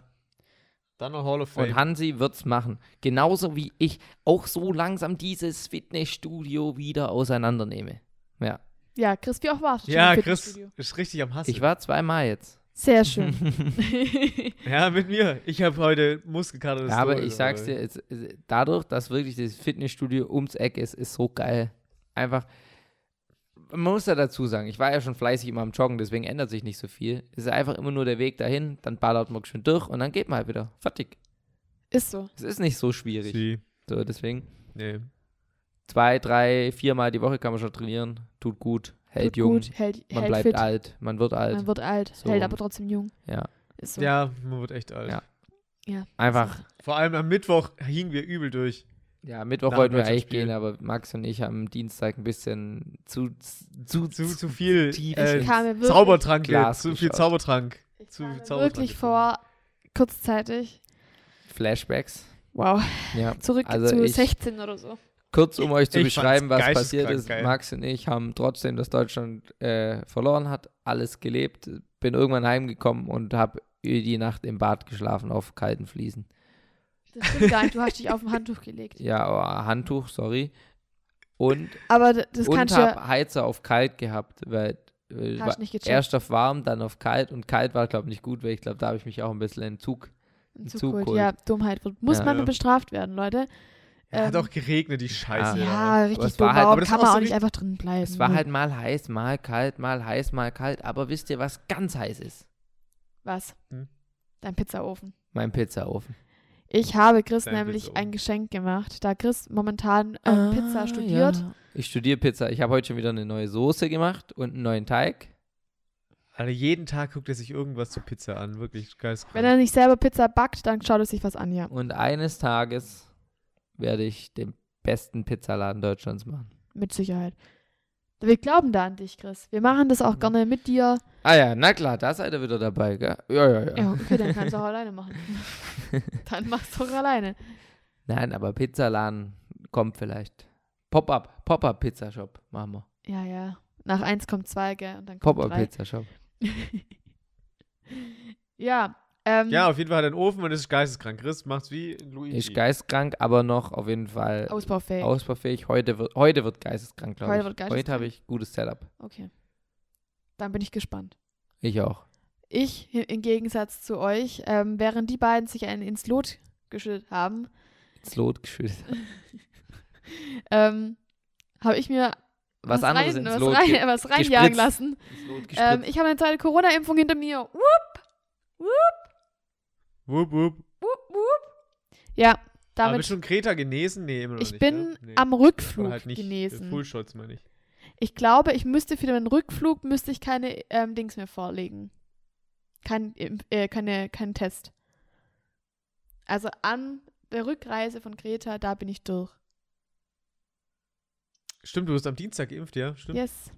[SPEAKER 2] Dann noch Hall of Fame.
[SPEAKER 1] Und Hansi wird's machen. Genauso wie ich auch so langsam dieses Fitnessstudio wieder auseinandernehme. Ja.
[SPEAKER 4] Ja, Chris, wie auch warst du? schon
[SPEAKER 2] ja,
[SPEAKER 4] im
[SPEAKER 2] Chris
[SPEAKER 4] Fitnessstudio?
[SPEAKER 2] ist richtig am Hassen.
[SPEAKER 1] Ich war zweimal jetzt.
[SPEAKER 4] Sehr schön.
[SPEAKER 1] *laughs*
[SPEAKER 2] ja, mit mir. Ich habe heute Muskelkater.
[SPEAKER 1] Ja, aber ich sag's dir, es, es, dadurch, dass wirklich das Fitnessstudio ums Eck ist, ist so geil. Einfach. Man muss ja dazu sagen, ich war ja schon fleißig immer am Joggen, deswegen ändert sich nicht so viel. Es ist einfach immer nur der Weg dahin, dann ballert man schön durch und dann geht man halt wieder. Fertig.
[SPEAKER 4] ist so.
[SPEAKER 1] Es ist nicht so schwierig.
[SPEAKER 2] Sie.
[SPEAKER 1] So, deswegen.
[SPEAKER 2] Nee.
[SPEAKER 1] zwei, drei, viermal die Woche kann man schon trainieren. Tut gut, hält
[SPEAKER 4] Tut
[SPEAKER 1] jung,
[SPEAKER 4] gut, hält,
[SPEAKER 1] man
[SPEAKER 4] hält
[SPEAKER 1] bleibt
[SPEAKER 4] fit.
[SPEAKER 1] alt, man wird alt.
[SPEAKER 4] Man wird alt,
[SPEAKER 1] So
[SPEAKER 4] hält
[SPEAKER 1] rum.
[SPEAKER 4] aber trotzdem jung.
[SPEAKER 1] Ja.
[SPEAKER 4] Ist so.
[SPEAKER 2] Ja, man wird echt alt.
[SPEAKER 1] Ja.
[SPEAKER 4] Ja.
[SPEAKER 1] Einfach,
[SPEAKER 2] Vor allem am Mittwoch hingen wir übel durch.
[SPEAKER 1] ja, Mittwoch
[SPEAKER 2] Nach
[SPEAKER 1] wollten wir
[SPEAKER 2] dem
[SPEAKER 1] eigentlich
[SPEAKER 2] Spiel.
[SPEAKER 1] gehen, aber Max und ich haben Dienstag ein bisschen zu, zu,
[SPEAKER 2] Zu, zu viel
[SPEAKER 1] tief
[SPEAKER 2] äh,
[SPEAKER 1] ins
[SPEAKER 4] Ich kam mir wirklich,
[SPEAKER 2] Zaubertrank. äh,
[SPEAKER 1] Glas
[SPEAKER 2] Zu viel
[SPEAKER 1] geschaut.
[SPEAKER 2] Zaubertrank.
[SPEAKER 4] ich
[SPEAKER 2] zu
[SPEAKER 4] kam
[SPEAKER 2] viel
[SPEAKER 4] mir
[SPEAKER 2] Zaubertrank
[SPEAKER 4] wirklich
[SPEAKER 2] gefunden.
[SPEAKER 4] vor, kurzzeitig,
[SPEAKER 1] Flashbacks.
[SPEAKER 4] wow,
[SPEAKER 1] Ja.
[SPEAKER 4] zurück
[SPEAKER 1] Also
[SPEAKER 4] zu
[SPEAKER 1] ich-
[SPEAKER 4] 16 oder so.
[SPEAKER 1] Kurz, um euch zu
[SPEAKER 2] Ich
[SPEAKER 1] beschreiben, was
[SPEAKER 2] fand's
[SPEAKER 1] passiert
[SPEAKER 2] geisteskrank
[SPEAKER 1] ist.
[SPEAKER 2] geil.
[SPEAKER 1] Max und ich haben trotzdem, dass Deutschland äh, verloren hat, alles gelebt. Bin irgendwann heimgekommen und habe die Nacht im Bad geschlafen auf kalten Fliesen.
[SPEAKER 4] Das stimmt gar nicht, du hast dich auf dem Handtuch
[SPEAKER 1] *laughs*
[SPEAKER 4] gelegt.
[SPEAKER 1] Ja, aber Handtuch, sorry. Und
[SPEAKER 4] Aber d- das
[SPEAKER 1] und
[SPEAKER 4] kannst du ja,
[SPEAKER 1] habe Heizer auf kalt gehabt, weil äh,
[SPEAKER 4] hast
[SPEAKER 1] war
[SPEAKER 4] du nicht gecheckt.
[SPEAKER 1] erst auf warm, dann auf kalt und kalt war, glaube ich, nicht gut, weil ich glaube, da habe ich mich auch ein bisschen in Zug.
[SPEAKER 4] Ein
[SPEAKER 1] Zug
[SPEAKER 4] Zug holt.
[SPEAKER 1] holt.
[SPEAKER 4] Ja, Dummheit. wird- Muss
[SPEAKER 1] Ja.
[SPEAKER 4] man bestraft werden, Leute.
[SPEAKER 2] Ja, hat
[SPEAKER 4] Ähm,
[SPEAKER 2] auch geregnet, die Scheiße.
[SPEAKER 4] ja,
[SPEAKER 1] Aber es
[SPEAKER 4] richtig
[SPEAKER 1] war
[SPEAKER 4] dumm.
[SPEAKER 1] halt-
[SPEAKER 4] Warum
[SPEAKER 2] aber das
[SPEAKER 4] kann
[SPEAKER 2] ist auch
[SPEAKER 4] man
[SPEAKER 2] so
[SPEAKER 4] auch nicht
[SPEAKER 2] wie-
[SPEAKER 4] einfach drin bleiben?
[SPEAKER 1] Es war halt mal heiß, mal kalt, mal heiß, mal kalt. Aber wisst ihr, was ganz heiß ist?
[SPEAKER 4] Was?
[SPEAKER 2] Hm?
[SPEAKER 4] Dein Pizzaofen.
[SPEAKER 1] Mein Pizzaofen.
[SPEAKER 4] Ich habe Chris
[SPEAKER 2] Dein
[SPEAKER 4] nämlich
[SPEAKER 2] Pizzaofen.
[SPEAKER 4] ein Geschenk gemacht, da Chris momentan äh, Pizza studiert.
[SPEAKER 1] Ja. Ich studiere Pizza. Ich habe heute schon wieder eine neue Soße gemacht und einen neuen Teig.
[SPEAKER 2] Alter, jeden Tag guckt er sich irgendwas zur Pizza an. Wirklich geisteskrank.
[SPEAKER 4] Wenn er nicht selber Pizza backt, dann schaut er sich was an, ja.
[SPEAKER 1] Und eines Tages werde ich den besten Pizzaladen Deutschlands machen.
[SPEAKER 4] Mit Sicherheit. Wir glauben da an dich, Chris. Wir machen das auch gerne mit dir.
[SPEAKER 1] Ah ja, na klar, da seid ihr wieder dabei, gell? Ja, ja, ja.
[SPEAKER 4] Ja, okay,
[SPEAKER 2] *laughs*
[SPEAKER 4] dann kannst du auch alleine machen. *laughs* dann machst du auch alleine.
[SPEAKER 1] *laughs* Nein, aber Pizzaladen kommt vielleicht. Pop-up, Pop-up Pizzashop machen wir.
[SPEAKER 4] Ja, ja. Nach eins kommt zwei, gell? Und dann kommt
[SPEAKER 1] Pop-up
[SPEAKER 4] drei. *laughs*
[SPEAKER 1] Pizzashop.
[SPEAKER 4] Ja. Ähm,
[SPEAKER 2] Ja, auf jeden Fall hat er einen Ofen und ist geisteskrank. Chris macht's wie Luigi.
[SPEAKER 1] Ist geistkrank, aber noch auf jeden Fall
[SPEAKER 4] Ausbaufähig.
[SPEAKER 1] ausbaufähig. Heute wird, heute wird geisteskrank, glaube ich.
[SPEAKER 4] Heute wird
[SPEAKER 1] Heute
[SPEAKER 4] geisteskrank.
[SPEAKER 1] habe ich gutes Setup.
[SPEAKER 4] okay. Dann bin ich gespannt.
[SPEAKER 1] Ich auch.
[SPEAKER 4] Ich, hi- im Gegensatz zu euch, ähm, während die beiden sich einen ins Lot geschüttet haben,
[SPEAKER 1] Ins Lot geschüttet.
[SPEAKER 4] Hm. ähm, habe ich mir
[SPEAKER 1] Was, anderes
[SPEAKER 4] rein,
[SPEAKER 1] ins
[SPEAKER 4] was,
[SPEAKER 1] Lot,
[SPEAKER 4] rein,
[SPEAKER 1] ge
[SPEAKER 4] *laughs* was reinjagen
[SPEAKER 1] gespritzt.
[SPEAKER 4] lassen.
[SPEAKER 1] ins Lot
[SPEAKER 4] Ähm,
[SPEAKER 1] gespritzt.
[SPEAKER 4] ich habe eine zweite Corona-Impfung hinter mir. Wupp,
[SPEAKER 2] Wupp, wupp.
[SPEAKER 4] wupp, wupp. Ja,
[SPEAKER 2] Aber bist
[SPEAKER 4] damit.
[SPEAKER 2] du in Kreta genesen? Nee, immer noch
[SPEAKER 4] Ich
[SPEAKER 2] nicht.
[SPEAKER 4] bin
[SPEAKER 2] gell? Nee.
[SPEAKER 4] am Rückflug
[SPEAKER 2] Oder halt nicht
[SPEAKER 4] genesen.
[SPEAKER 2] Fullshots meine ich.
[SPEAKER 4] Ich glaube, ich müsste für den Rückflug müsste ich keine ähm, Dings mehr vorlegen. Kein, Imp- äh, keine, kein Test. Also an der Rückreise von Kreta, da bin ich durch.
[SPEAKER 2] Stimmt, du bist am Dienstag geimpft, ja? Stimmt.
[SPEAKER 4] Yes.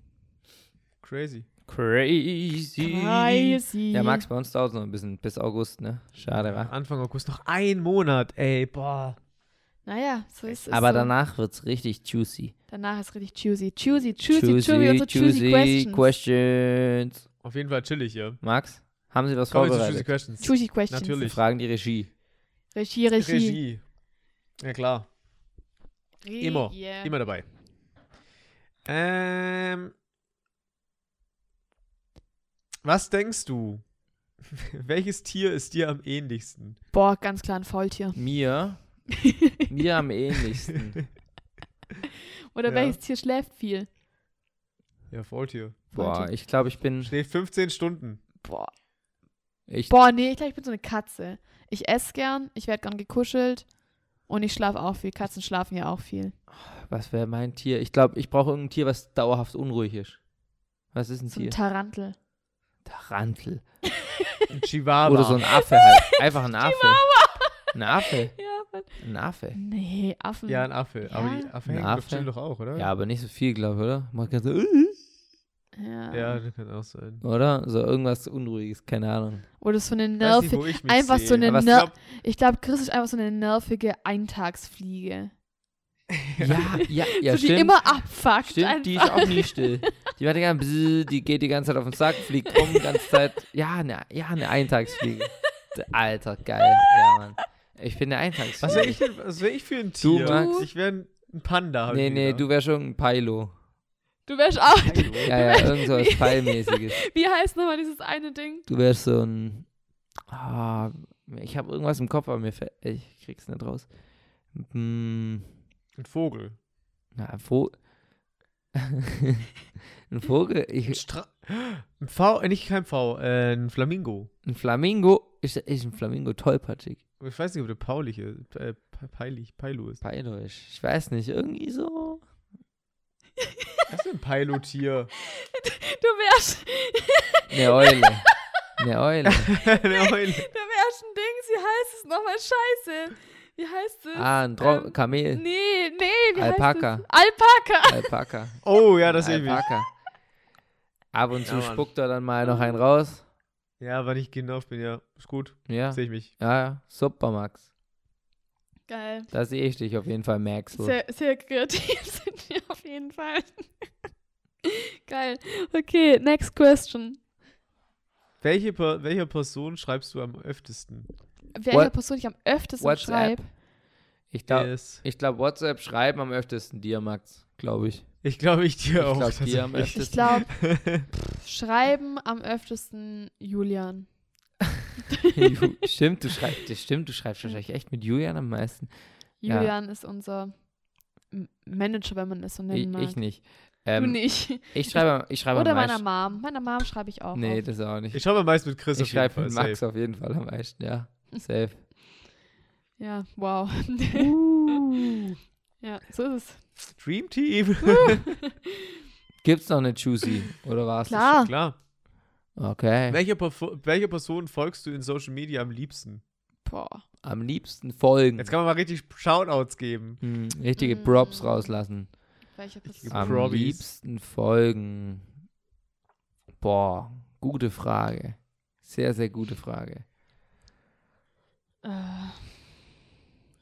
[SPEAKER 2] Crazy.
[SPEAKER 1] Crazy.
[SPEAKER 4] Crazy.
[SPEAKER 1] Ja, Max, bei uns dauert es noch ein bisschen bis August, ne? Schade, wa?
[SPEAKER 2] Anfang August noch ein Monat, ey, boah.
[SPEAKER 4] Naja, so ist es.
[SPEAKER 1] Aber
[SPEAKER 4] so.
[SPEAKER 1] danach wird es richtig juicy.
[SPEAKER 4] Danach ist richtig juicy. Juicy, juicy, also juicy, unsere juicy, questions.
[SPEAKER 1] questions.
[SPEAKER 2] Auf jeden Fall chillig, ja.
[SPEAKER 1] Max, haben Sie was
[SPEAKER 2] Kommen wir zu Juicy
[SPEAKER 1] vorbereitet?
[SPEAKER 2] Questions.
[SPEAKER 4] Juicy questions.
[SPEAKER 2] Natürlich.
[SPEAKER 1] Wir fragen die Regie.
[SPEAKER 4] Regie, Regie.
[SPEAKER 2] Regie. Ja klar,
[SPEAKER 4] Regie.
[SPEAKER 2] immer, immer dabei. Ähm, was denkst du? *laughs* Welches Tier ist dir am ähnlichsten?
[SPEAKER 4] Boah, ganz klar ein Faultier. *laughs*
[SPEAKER 1] Mir, mir am ähnlichsten.
[SPEAKER 4] Oder
[SPEAKER 2] Ja.
[SPEAKER 4] welches Tier schläft viel?
[SPEAKER 2] Ja, Faultier.
[SPEAKER 1] Boah,
[SPEAKER 4] Faultier.
[SPEAKER 1] ich glaube, ich bin,
[SPEAKER 2] Schläft 15 Stunden.
[SPEAKER 4] Boah.
[SPEAKER 1] ich,
[SPEAKER 4] Boah, nee, ich glaube, ich bin so eine Katze. Ich esse gern, ich werde gern gekuschelt und ich schlafe auch viel. Katzen schlafen ja auch viel.
[SPEAKER 1] was wäre mein Tier? Ich glaube, ich brauche irgendein Tier, was dauerhaft unruhig ist. Was ist ein
[SPEAKER 4] So ein
[SPEAKER 1] Tier?
[SPEAKER 4] Tarantel.
[SPEAKER 1] Tarantel.
[SPEAKER 2] Ein Chihuahua.
[SPEAKER 1] Oder so
[SPEAKER 2] *laughs*
[SPEAKER 1] ein Affe
[SPEAKER 4] *laughs*
[SPEAKER 1] halt. Einfach ein Affe. Ein Affe.
[SPEAKER 4] Ja, Mann.
[SPEAKER 1] Ein Affe.
[SPEAKER 4] Nee, Affen.
[SPEAKER 2] ja, ein Affe. Aber
[SPEAKER 4] Ja.
[SPEAKER 2] die Affe
[SPEAKER 1] Ein
[SPEAKER 2] hängen doch
[SPEAKER 1] Affe.
[SPEAKER 2] bestimmt doch auch, oder?
[SPEAKER 1] Ja, aber nicht so viel, glaube ich, oder? Man kann so, *laughs*
[SPEAKER 4] Ja.
[SPEAKER 2] Ja, das kann auch sein.
[SPEAKER 1] oder? So irgendwas Unruhiges, keine
[SPEAKER 4] *laughs*
[SPEAKER 1] Ahnung.
[SPEAKER 4] Oder so eine
[SPEAKER 2] Weiß nicht,
[SPEAKER 4] nervige.
[SPEAKER 2] wo ich mich
[SPEAKER 4] Einfach so
[SPEAKER 2] sehe.
[SPEAKER 4] eine
[SPEAKER 1] Aber es
[SPEAKER 4] ner
[SPEAKER 2] glaub-
[SPEAKER 4] Ich glaube, Chris ist einfach so eine nervige Eintagsfliege.
[SPEAKER 1] Ja, ja, ja,
[SPEAKER 4] so, die
[SPEAKER 1] stimmt.
[SPEAKER 4] immer abfuckt.
[SPEAKER 1] Stimmt, die ist
[SPEAKER 4] einfach.
[SPEAKER 1] auch nie
[SPEAKER 4] *laughs*
[SPEAKER 1] still. Die macht die ganze bzzz, die geht die ganze Zeit auf den Sack, fliegt rum die ganze Zeit. Ja, ne, ja, eine Eintagsfliege. Alter, geil. Ja, Mann. Ich bin eine
[SPEAKER 2] Was wäre
[SPEAKER 1] Eintagsfliege.
[SPEAKER 2] ich, denn- was wär ich für ein
[SPEAKER 1] Du,
[SPEAKER 2] Tier?
[SPEAKER 1] Max?
[SPEAKER 2] Ich wäre ein Panda. hab
[SPEAKER 1] Nee,
[SPEAKER 2] ich
[SPEAKER 1] nee,
[SPEAKER 2] gedacht.
[SPEAKER 1] du wärst schon ein Pilo.
[SPEAKER 4] Du wärst auch.
[SPEAKER 1] Ja, ja, irgend so was Peilmäßiges.
[SPEAKER 4] *laughs* Wie heißt nochmal dieses eine Ding? *laughs*
[SPEAKER 1] Du wärst so ein. Ah, ich habe irgendwas im Kopf, aber mir fällt. Ich krieg's nicht raus. Hm,
[SPEAKER 2] Ein Vogel.
[SPEAKER 1] na, ein Vogel. *laughs* ein Vogel?
[SPEAKER 2] Ein,
[SPEAKER 1] Ich,
[SPEAKER 2] Stra ein V, äh, nicht kein V, äh, ein Flamingo.
[SPEAKER 1] ein Flamingo. Ist, ist ein Flamingo tollpatschig?
[SPEAKER 2] Ich weiß nicht, ob der Paulich ist. Äh, Pe- Peilich, Peilu ist.
[SPEAKER 1] Pilo ist. Ich weiß nicht, irgendwie so.
[SPEAKER 2] Was für
[SPEAKER 1] *laughs*
[SPEAKER 2] ein Peilotier?
[SPEAKER 4] Du wärst,
[SPEAKER 1] Eine Eule. Eine Eule.
[SPEAKER 2] Eine Eule.
[SPEAKER 4] du wärst ein Ding. Wie heißt es nochmal? Scheiße. Wie heißt es?
[SPEAKER 1] Ah, ein Tro
[SPEAKER 4] Ähm,
[SPEAKER 1] Kamel.
[SPEAKER 4] Nee, nee, wie
[SPEAKER 1] Alpaka.
[SPEAKER 4] heißt es? Alpaka.
[SPEAKER 1] Alpaka.
[SPEAKER 2] *laughs* Oh, ja, *laughs* das
[SPEAKER 1] Ein
[SPEAKER 2] sehe ich.
[SPEAKER 1] Alpaka. Ab und zu
[SPEAKER 2] Ja, Mann.
[SPEAKER 1] spuckt er dann mal noch einen raus.
[SPEAKER 2] Ja, wann ich genervt bin, ja. Ist gut.
[SPEAKER 1] Ja.
[SPEAKER 2] Sehe ich mich.
[SPEAKER 1] Ja, ja. Super, Max.
[SPEAKER 4] Geil.
[SPEAKER 1] Da sehe ich dich auf jeden Fall, Max.
[SPEAKER 4] Sehr, sehr kreativ *laughs* sind wir auf jeden Fall. Geil. Okay, next question.
[SPEAKER 2] Welche, per welcher Person schreibst du am öftesten?
[SPEAKER 4] Welche
[SPEAKER 1] What-
[SPEAKER 4] Person ich am öftesten
[SPEAKER 1] WhatsApp.
[SPEAKER 4] schreibe?
[SPEAKER 1] Ich glaube,
[SPEAKER 2] Yes.
[SPEAKER 1] ich glaub, WhatsApp schreiben am öftesten dir, Max. Glaube ich.
[SPEAKER 2] Ich glaube, ich dir auch.
[SPEAKER 1] ich glaube, dir am
[SPEAKER 2] tatsächlich.
[SPEAKER 1] öftesten. *laughs*
[SPEAKER 4] Ich glaube, schreiben am öftesten Julian.
[SPEAKER 1] Ju-
[SPEAKER 4] *laughs*
[SPEAKER 1] stimmt, du schreibst, das stimmt, du schreibst wahrscheinlich echt mit Julian am meisten. Ja.
[SPEAKER 4] Julian ist unser M- Manager, wenn man es so
[SPEAKER 1] Ich,
[SPEAKER 4] nennen mag.
[SPEAKER 1] ich nicht.
[SPEAKER 4] Du
[SPEAKER 1] Ähm,
[SPEAKER 4] nicht.
[SPEAKER 1] ich schreibe, ich schreibe
[SPEAKER 4] Oder
[SPEAKER 1] am
[SPEAKER 4] meiner
[SPEAKER 1] meisten.
[SPEAKER 4] Mom. Meiner Mom schreibe ich auch.
[SPEAKER 1] Nee,
[SPEAKER 4] oft.
[SPEAKER 1] das auch nicht.
[SPEAKER 2] Ich schreibe am meisten mit Chris.
[SPEAKER 1] Ich
[SPEAKER 2] auf jeden
[SPEAKER 1] schreibe
[SPEAKER 2] Fall.
[SPEAKER 1] mit Max auf jeden Fall am meisten, ja. Safe.
[SPEAKER 4] Ja, wow. Uh. *laughs* ja, so ist es.
[SPEAKER 2] Safe. Dream Team. *laughs*
[SPEAKER 1] Gibt's noch eine Juicy? Oder war's? das
[SPEAKER 4] Klar.
[SPEAKER 2] Klar.
[SPEAKER 1] schon? Okay.
[SPEAKER 2] Welche, Perfo- welche Person folgst du in Social Media am liebsten?
[SPEAKER 4] Boah.
[SPEAKER 1] Am liebsten folgen.
[SPEAKER 2] Jetzt kann man mal richtig Shoutouts geben.
[SPEAKER 1] Hm, richtige
[SPEAKER 4] Mm.
[SPEAKER 1] Props rauslassen.
[SPEAKER 4] Welche Person?
[SPEAKER 1] Am
[SPEAKER 2] Probis.
[SPEAKER 1] liebsten folgen. Boah, gute Frage. Sehr, sehr gute Frage. Ähm,
[SPEAKER 4] Äh,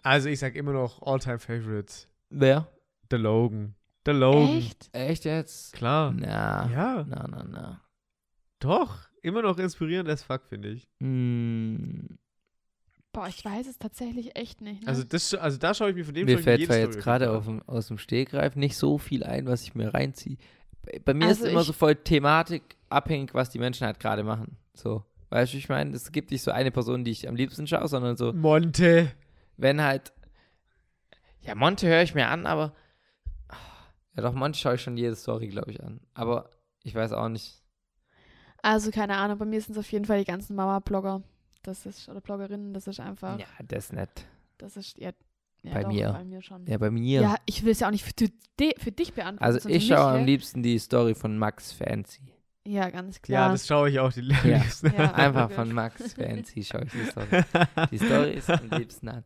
[SPEAKER 2] Also ich sag immer noch All-Time Favorites.
[SPEAKER 1] Wer?
[SPEAKER 2] Der Logan. Der Logan.
[SPEAKER 4] echt?
[SPEAKER 1] Echt jetzt?
[SPEAKER 2] Klar.
[SPEAKER 1] Na.
[SPEAKER 2] Ja,
[SPEAKER 1] Na, na, na.
[SPEAKER 2] doch. Immer noch inspirierend as fuck, finde ich.
[SPEAKER 1] Hm,
[SPEAKER 4] Boah, ich weiß es tatsächlich echt nicht. Ne?
[SPEAKER 2] Also, das, also da schaue ich mir von dem
[SPEAKER 1] mir
[SPEAKER 2] schaue ich
[SPEAKER 1] fällt
[SPEAKER 2] jede
[SPEAKER 1] zwar
[SPEAKER 2] Story
[SPEAKER 1] jetzt gerade
[SPEAKER 2] an.
[SPEAKER 1] auf dem- aus dem Stegreif nicht so viel ein, was ich mir reinziehe. Bei, bei mir
[SPEAKER 4] Also
[SPEAKER 1] ist immer
[SPEAKER 4] ich-
[SPEAKER 1] so voll Thematik abhängig, was die Menschen halt gerade machen. So. Weißt du, ich meine, es gibt nicht so eine Person, die ich am liebsten schaue, sondern so,
[SPEAKER 2] Monte.
[SPEAKER 1] wenn halt. Ja, Monte höre ich mir an, aber. ah, Ja, doch, Monte schaue ich schon jede Story, glaube ich, an. Aber ich weiß auch nicht.
[SPEAKER 4] Also, keine Ahnung, bei mir sind es auf jeden Fall die ganzen Mama-Blogger. Das ist, oder Bloggerinnen, das ist einfach,
[SPEAKER 1] Ja, das nicht.
[SPEAKER 4] das ist, ja, ja
[SPEAKER 1] Bei
[SPEAKER 4] doch,
[SPEAKER 1] mir.
[SPEAKER 4] bei mir schon.
[SPEAKER 1] Ja, bei mir.
[SPEAKER 4] Ja, ich will es ja auch nicht für, di- für dich beantworten.
[SPEAKER 1] also,
[SPEAKER 4] sondern
[SPEAKER 1] ich
[SPEAKER 4] für mich,
[SPEAKER 1] schaue am
[SPEAKER 4] gell?
[SPEAKER 1] liebsten die Story von Max Fancy.
[SPEAKER 4] Ja, ganz
[SPEAKER 2] Ja,
[SPEAKER 4] klar.
[SPEAKER 2] das schaue ich auch die
[SPEAKER 1] Ja.
[SPEAKER 2] liebsten. *laughs*
[SPEAKER 4] Ja.
[SPEAKER 1] Einfach
[SPEAKER 4] logisch.
[SPEAKER 1] von Max *laughs* Fancy schaue ich die Story. Die Story ist am liebsten an.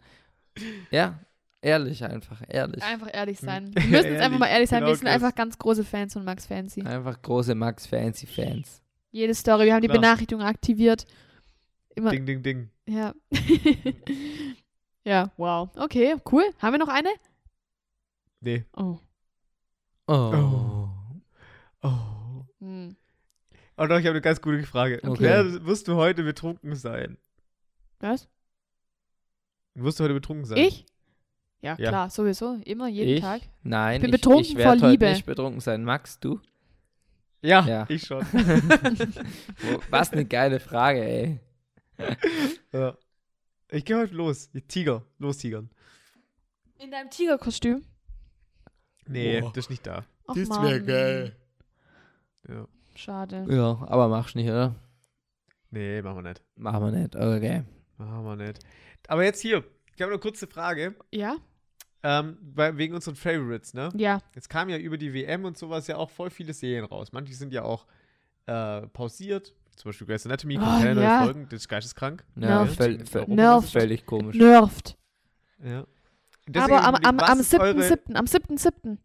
[SPEAKER 1] Ja, ehrlich einfach, ehrlich.
[SPEAKER 4] Einfach ehrlich
[SPEAKER 2] *laughs*
[SPEAKER 4] sein.
[SPEAKER 2] Hm.
[SPEAKER 4] Wir müssen jetzt
[SPEAKER 2] Ehrlich,
[SPEAKER 4] einfach mal ehrlich sein.
[SPEAKER 2] genau
[SPEAKER 4] wir sind
[SPEAKER 2] das.
[SPEAKER 4] einfach ganz große Fans von Max Fancy.
[SPEAKER 1] Einfach große Max Fancy Fans.
[SPEAKER 4] Jede Story, wir haben die
[SPEAKER 2] Klar.
[SPEAKER 4] Benachrichtigung aktiviert.
[SPEAKER 2] *laughs*
[SPEAKER 4] Immer,
[SPEAKER 2] Ding, ding, ding.
[SPEAKER 4] ja. *laughs* ja, wow. Okay, cool. Haben wir noch eine?
[SPEAKER 2] Nee.
[SPEAKER 4] Oh.
[SPEAKER 1] Oh.
[SPEAKER 2] Oh.
[SPEAKER 4] Hm.
[SPEAKER 2] Oh doch, ich habe eine ganz gute Frage.
[SPEAKER 1] Okay.
[SPEAKER 2] Wer wirst du heute betrunken sein?
[SPEAKER 4] Was?
[SPEAKER 2] Wirst du heute betrunken sein?
[SPEAKER 4] Ich? Ja,
[SPEAKER 2] Ja.
[SPEAKER 4] klar, sowieso. Immer, jeden
[SPEAKER 1] ich?
[SPEAKER 4] Tag.
[SPEAKER 1] Nein,
[SPEAKER 4] Ich bin
[SPEAKER 1] ich,
[SPEAKER 4] betrunken
[SPEAKER 1] ich werd heute
[SPEAKER 4] vor Liebe.
[SPEAKER 1] nicht betrunken sein. Max, du?
[SPEAKER 2] Ja,
[SPEAKER 1] Ja.
[SPEAKER 2] ich schon.
[SPEAKER 1] Wo- Was eine geile Frage, ey.
[SPEAKER 2] ja. Ich gehe heute los. Ich Tiger. Los, Tigern.
[SPEAKER 4] In deinem Tigerkostüm.
[SPEAKER 2] Nee,
[SPEAKER 1] Boah.
[SPEAKER 2] das ist nicht da.
[SPEAKER 4] Ach,
[SPEAKER 3] das wäre
[SPEAKER 4] Mann.
[SPEAKER 3] geil.
[SPEAKER 2] Ja.
[SPEAKER 4] Schade.
[SPEAKER 1] Ja, aber machst nicht, oder?
[SPEAKER 2] Nee, machen wir nicht.
[SPEAKER 1] Machen wir nicht, okay.
[SPEAKER 2] Machen wir nicht. Ah, Aber jetzt hier. Ich habe eine kurze Frage.
[SPEAKER 4] Ja?
[SPEAKER 2] Ähm, bei, wegen unseren Favorites, ne?
[SPEAKER 4] Ja.
[SPEAKER 2] Jetzt kamen ja über die WM und sowas ja auch voll viele Serien raus. Manche sind ja auch äh, pausiert. Zum Beispiel Grey's Anatomy,
[SPEAKER 4] Oh,
[SPEAKER 2] kommt keine neue
[SPEAKER 4] ja.
[SPEAKER 2] Folgen, das ist geisteskrank.
[SPEAKER 1] Ja,
[SPEAKER 4] Nervt.
[SPEAKER 1] völ völ
[SPEAKER 4] Nervt.
[SPEAKER 1] völlig komisch.
[SPEAKER 4] Nervt.
[SPEAKER 2] Ja.
[SPEAKER 4] Aber am, am, am
[SPEAKER 2] eure,
[SPEAKER 4] 7.7. Am 7.7.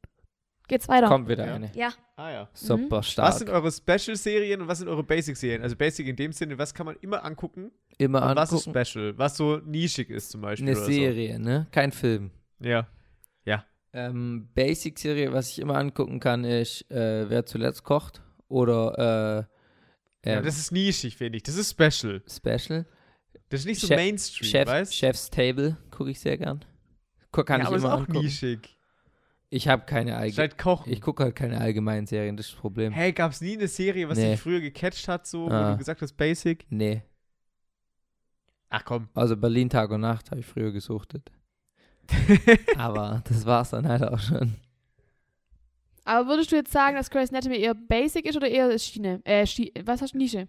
[SPEAKER 4] geht's weiter.
[SPEAKER 1] Kommt wieder
[SPEAKER 2] Ja.
[SPEAKER 1] eine.
[SPEAKER 4] Ja. Mhm.
[SPEAKER 2] ah, ja.
[SPEAKER 1] Super
[SPEAKER 2] Was
[SPEAKER 1] stark.
[SPEAKER 2] sind eure Special-Serien und was sind eure Basic-Serien? Also Basic in dem Sinne, was kann man immer angucken
[SPEAKER 1] Immer
[SPEAKER 2] und was ist
[SPEAKER 1] angucken.
[SPEAKER 2] Special? Was so nischig ist zum Beispiel.
[SPEAKER 1] Eine
[SPEAKER 2] oder
[SPEAKER 1] Serie, ne? Kein Film.
[SPEAKER 2] So. Ja.
[SPEAKER 1] Ähm, Basic-Serie, was ich immer angucken kann, ist äh, Wer zuletzt kocht oder äh,
[SPEAKER 2] ja.
[SPEAKER 1] ähm,
[SPEAKER 2] Das ist nischig, finde ich. Das ist Special.
[SPEAKER 1] Special.
[SPEAKER 2] Das ist nicht so
[SPEAKER 1] Chef-
[SPEAKER 2] Mainstream,
[SPEAKER 1] Chef,
[SPEAKER 2] weißt
[SPEAKER 1] Chef's Table gucke ich sehr gern. Gu- Kann
[SPEAKER 2] ja,
[SPEAKER 1] ich
[SPEAKER 2] aber
[SPEAKER 1] immer
[SPEAKER 2] ist auch
[SPEAKER 1] angucken.
[SPEAKER 2] nischig.
[SPEAKER 1] Ich habe keine
[SPEAKER 2] Ist
[SPEAKER 1] allgemeinen.
[SPEAKER 2] halt Kochen.
[SPEAKER 1] Ich gucke halt keine allgemeinen Serien, das ist das Problem.
[SPEAKER 2] Hey, gab's nie eine Serie, was
[SPEAKER 1] Nee.
[SPEAKER 2] dich früher gecatcht hat, so, wo
[SPEAKER 1] Ah.
[SPEAKER 2] du gesagt hast, Basic?
[SPEAKER 1] Nee. *laughs*
[SPEAKER 2] Ach komm.
[SPEAKER 1] Also Berlin Tag und Nacht habe ich früher gesuchtet. Aber
[SPEAKER 2] *laughs*
[SPEAKER 1] das war's dann halt auch schon.
[SPEAKER 4] Aber würdest du jetzt sagen, dass Grey's Anatomy eher Basic ist oder eher Schiene? Äh, Schi was hast du Nische?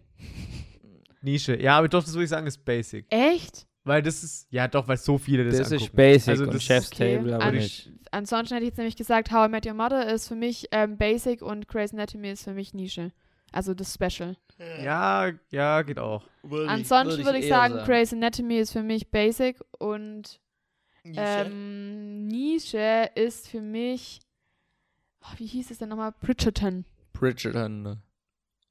[SPEAKER 2] Nische. Ja, aber doch, das würde ich sagen, ist Basic.
[SPEAKER 4] Echt?
[SPEAKER 2] Weil das ist, ja doch, weil so viele das,
[SPEAKER 1] Das, ist
[SPEAKER 2] angucken.
[SPEAKER 1] Basic
[SPEAKER 2] Also
[SPEAKER 1] und
[SPEAKER 2] das-
[SPEAKER 1] Chef's
[SPEAKER 4] Okay.
[SPEAKER 1] Table, aber
[SPEAKER 2] Also
[SPEAKER 1] nicht.
[SPEAKER 4] Ansonsten hätte ich jetzt nämlich gesagt, How I Met Your Mother ist für mich ähm, Basic und Grey's Anatomy ist für mich Nische. Also das Special.
[SPEAKER 2] Ja, ja, geht auch.
[SPEAKER 3] Würde
[SPEAKER 4] Ansonsten
[SPEAKER 1] ich
[SPEAKER 4] würde ich
[SPEAKER 1] eher
[SPEAKER 4] sagen,
[SPEAKER 1] sagen.
[SPEAKER 4] Grey's Anatomy ist für mich Basic und
[SPEAKER 3] ich,
[SPEAKER 4] ähm, Nische ist für mich, oh, wie hieß es denn nochmal? Bridgerton.
[SPEAKER 1] Bridgerton. äh,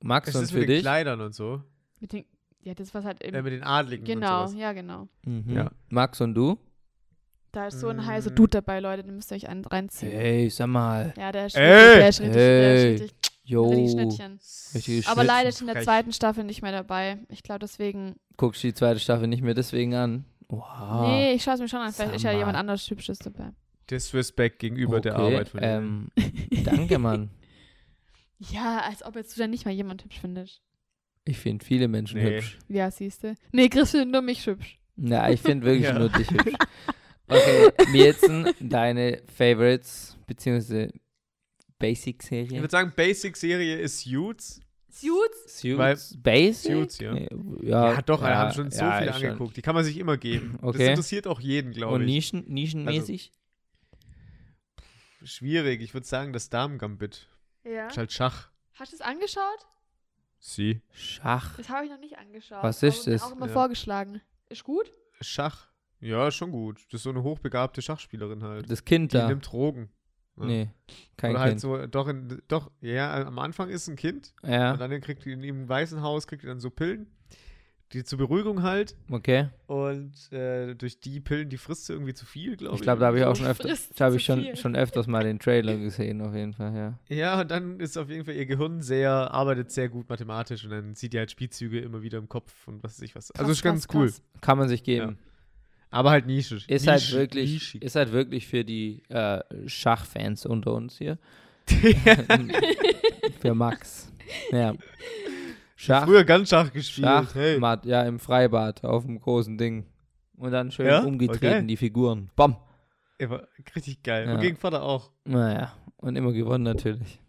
[SPEAKER 1] Max
[SPEAKER 2] Das
[SPEAKER 1] und
[SPEAKER 2] ist
[SPEAKER 1] für
[SPEAKER 2] mit den
[SPEAKER 1] dich?
[SPEAKER 2] Kleidern und so.
[SPEAKER 4] Mit den, ja, das was halt im,
[SPEAKER 2] Äh, mit den Adligen
[SPEAKER 4] Genau,
[SPEAKER 2] und sowas.
[SPEAKER 4] ja, genau.
[SPEAKER 1] Mhm.
[SPEAKER 2] Ja.
[SPEAKER 1] Max und du?
[SPEAKER 4] Da ist so ein heißer
[SPEAKER 2] Mm.
[SPEAKER 4] Dude dabei, Leute, den müsst ihr euch einen reinziehen.
[SPEAKER 1] Hey, sag mal.
[SPEAKER 4] Ja, der ist
[SPEAKER 2] Ey!
[SPEAKER 4] richtig, der ist richtig, der ist
[SPEAKER 1] Hey.
[SPEAKER 4] richtig,
[SPEAKER 1] Jo.
[SPEAKER 4] richtig Schnittchen.
[SPEAKER 1] Richtig
[SPEAKER 4] Aber
[SPEAKER 1] Schnittchen.
[SPEAKER 4] leider ist in der
[SPEAKER 2] Oh. Frech.
[SPEAKER 4] zweiten Staffel nicht mehr dabei. Ich glaube deswegen,
[SPEAKER 1] Guckst du die zweite Staffel nicht mehr deswegen an? Wow.
[SPEAKER 4] nee, ich schaue es mir schon an. Vielleicht
[SPEAKER 1] Ah. Sag
[SPEAKER 4] ist ja
[SPEAKER 1] mal.
[SPEAKER 4] jemand anderes Hübsches dabei.
[SPEAKER 2] Disrespect gegenüber der
[SPEAKER 1] Okay,
[SPEAKER 2] Arbeit von denen.
[SPEAKER 1] ähm,
[SPEAKER 2] *laughs*
[SPEAKER 1] Danke, Mann.
[SPEAKER 4] *laughs* Ja, als ob jetzt du da nicht mal jemand hübsch findest.
[SPEAKER 1] Ich finde viele Menschen
[SPEAKER 2] Nee.
[SPEAKER 1] hübsch.
[SPEAKER 4] Ja, siehst du. Nee, Chris findet nur mich hübsch.
[SPEAKER 1] Na, ich finde wirklich
[SPEAKER 2] Ja.
[SPEAKER 1] nur dich
[SPEAKER 2] *laughs*
[SPEAKER 1] hübsch. Okay, Mirzen, deine Favorites, beziehungsweise
[SPEAKER 2] Ich
[SPEAKER 1] Basic-Serie.
[SPEAKER 2] würde sagen, Basic-Serie ist Suits.
[SPEAKER 4] Suits?
[SPEAKER 2] Weil-
[SPEAKER 1] Suits? Basic?
[SPEAKER 2] Suits, ja.
[SPEAKER 1] Nee, ja.
[SPEAKER 2] ja, doch, da
[SPEAKER 1] ja,
[SPEAKER 2] haben schon so
[SPEAKER 1] ja,
[SPEAKER 2] viele
[SPEAKER 1] ist schon.
[SPEAKER 2] angeguckt. Die kann man sich
[SPEAKER 1] *clears throat*
[SPEAKER 2] immer geben. Das
[SPEAKER 1] Okay.
[SPEAKER 2] interessiert auch Also jeden, glaube
[SPEAKER 1] Und
[SPEAKER 2] ich.
[SPEAKER 1] Nischen, nischenmäßig?
[SPEAKER 2] Schwierig. Ich würde sagen, das Damen-Gambit.
[SPEAKER 4] Ja.
[SPEAKER 2] Ist halt Schach.
[SPEAKER 4] Hast du es angeschaut?
[SPEAKER 2] Sie.
[SPEAKER 1] Schach.
[SPEAKER 4] Das habe ich noch nicht angeschaut.
[SPEAKER 1] Was ist
[SPEAKER 4] Aber mir
[SPEAKER 1] das?
[SPEAKER 4] auch immer
[SPEAKER 2] Ja.
[SPEAKER 4] vorgeschlagen. Ist gut?
[SPEAKER 2] Schach. Ja, schon gut. Das ist so eine hochbegabte Schachspielerin halt.
[SPEAKER 1] Das Kind
[SPEAKER 2] Die
[SPEAKER 1] da.
[SPEAKER 2] nimmt Drogen. Ja.
[SPEAKER 1] Nee, kein
[SPEAKER 2] Oder
[SPEAKER 1] Kind.
[SPEAKER 2] halt so, doch, in, doch, ja, am Anfang ist ein Kind. Und
[SPEAKER 1] ja,
[SPEAKER 2] dann kriegt die in ihrem weißen Haus, kriegt die dann so Pillen. Die zur Beruhigung halt.
[SPEAKER 1] okay.
[SPEAKER 2] Und äh, durch die Pillen, die frisst sie irgendwie zu viel, glaube ich.
[SPEAKER 1] Ich glaube, da habe ich auch schon
[SPEAKER 4] Du
[SPEAKER 1] öfter,
[SPEAKER 4] frisst
[SPEAKER 1] da habe
[SPEAKER 4] zu
[SPEAKER 1] ich schon,
[SPEAKER 4] viel.
[SPEAKER 1] schon öfters mal den
[SPEAKER 4] *laughs*
[SPEAKER 1] Trailer gesehen, auf jeden Fall, ja.
[SPEAKER 2] Ja, und dann ist auf jeden Fall ihr Gehirn sehr, arbeitet sehr gut mathematisch und dann sieht ihr halt Spielzüge immer wieder im Kopf und was weiß ich was. also
[SPEAKER 4] Krass,
[SPEAKER 2] ist ganz
[SPEAKER 4] krass,
[SPEAKER 2] cool.
[SPEAKER 4] krass.
[SPEAKER 1] Kann man sich geben.
[SPEAKER 2] Aber halt nischig.
[SPEAKER 1] Ist halt
[SPEAKER 2] Nischig,
[SPEAKER 1] wirklich, *laughs*
[SPEAKER 2] nischig.
[SPEAKER 1] ist halt wirklich für die äh, Schachfans unter uns
[SPEAKER 4] *laughs*
[SPEAKER 1] hier. *laughs* für Max. Ja. Schach,
[SPEAKER 2] Früher ganz Schach gespielt.
[SPEAKER 1] Schach,
[SPEAKER 2] hey.
[SPEAKER 1] Mat, ja, im Freibad, auf dem großen Ding. Und dann schön
[SPEAKER 2] Ja?
[SPEAKER 1] umgetreten,
[SPEAKER 2] Okay.
[SPEAKER 1] die Figuren. Bom.
[SPEAKER 2] Ey, war richtig geil.
[SPEAKER 1] Ja.
[SPEAKER 2] Und gegen Vater auch.
[SPEAKER 1] Naja, und immer gewonnen natürlich.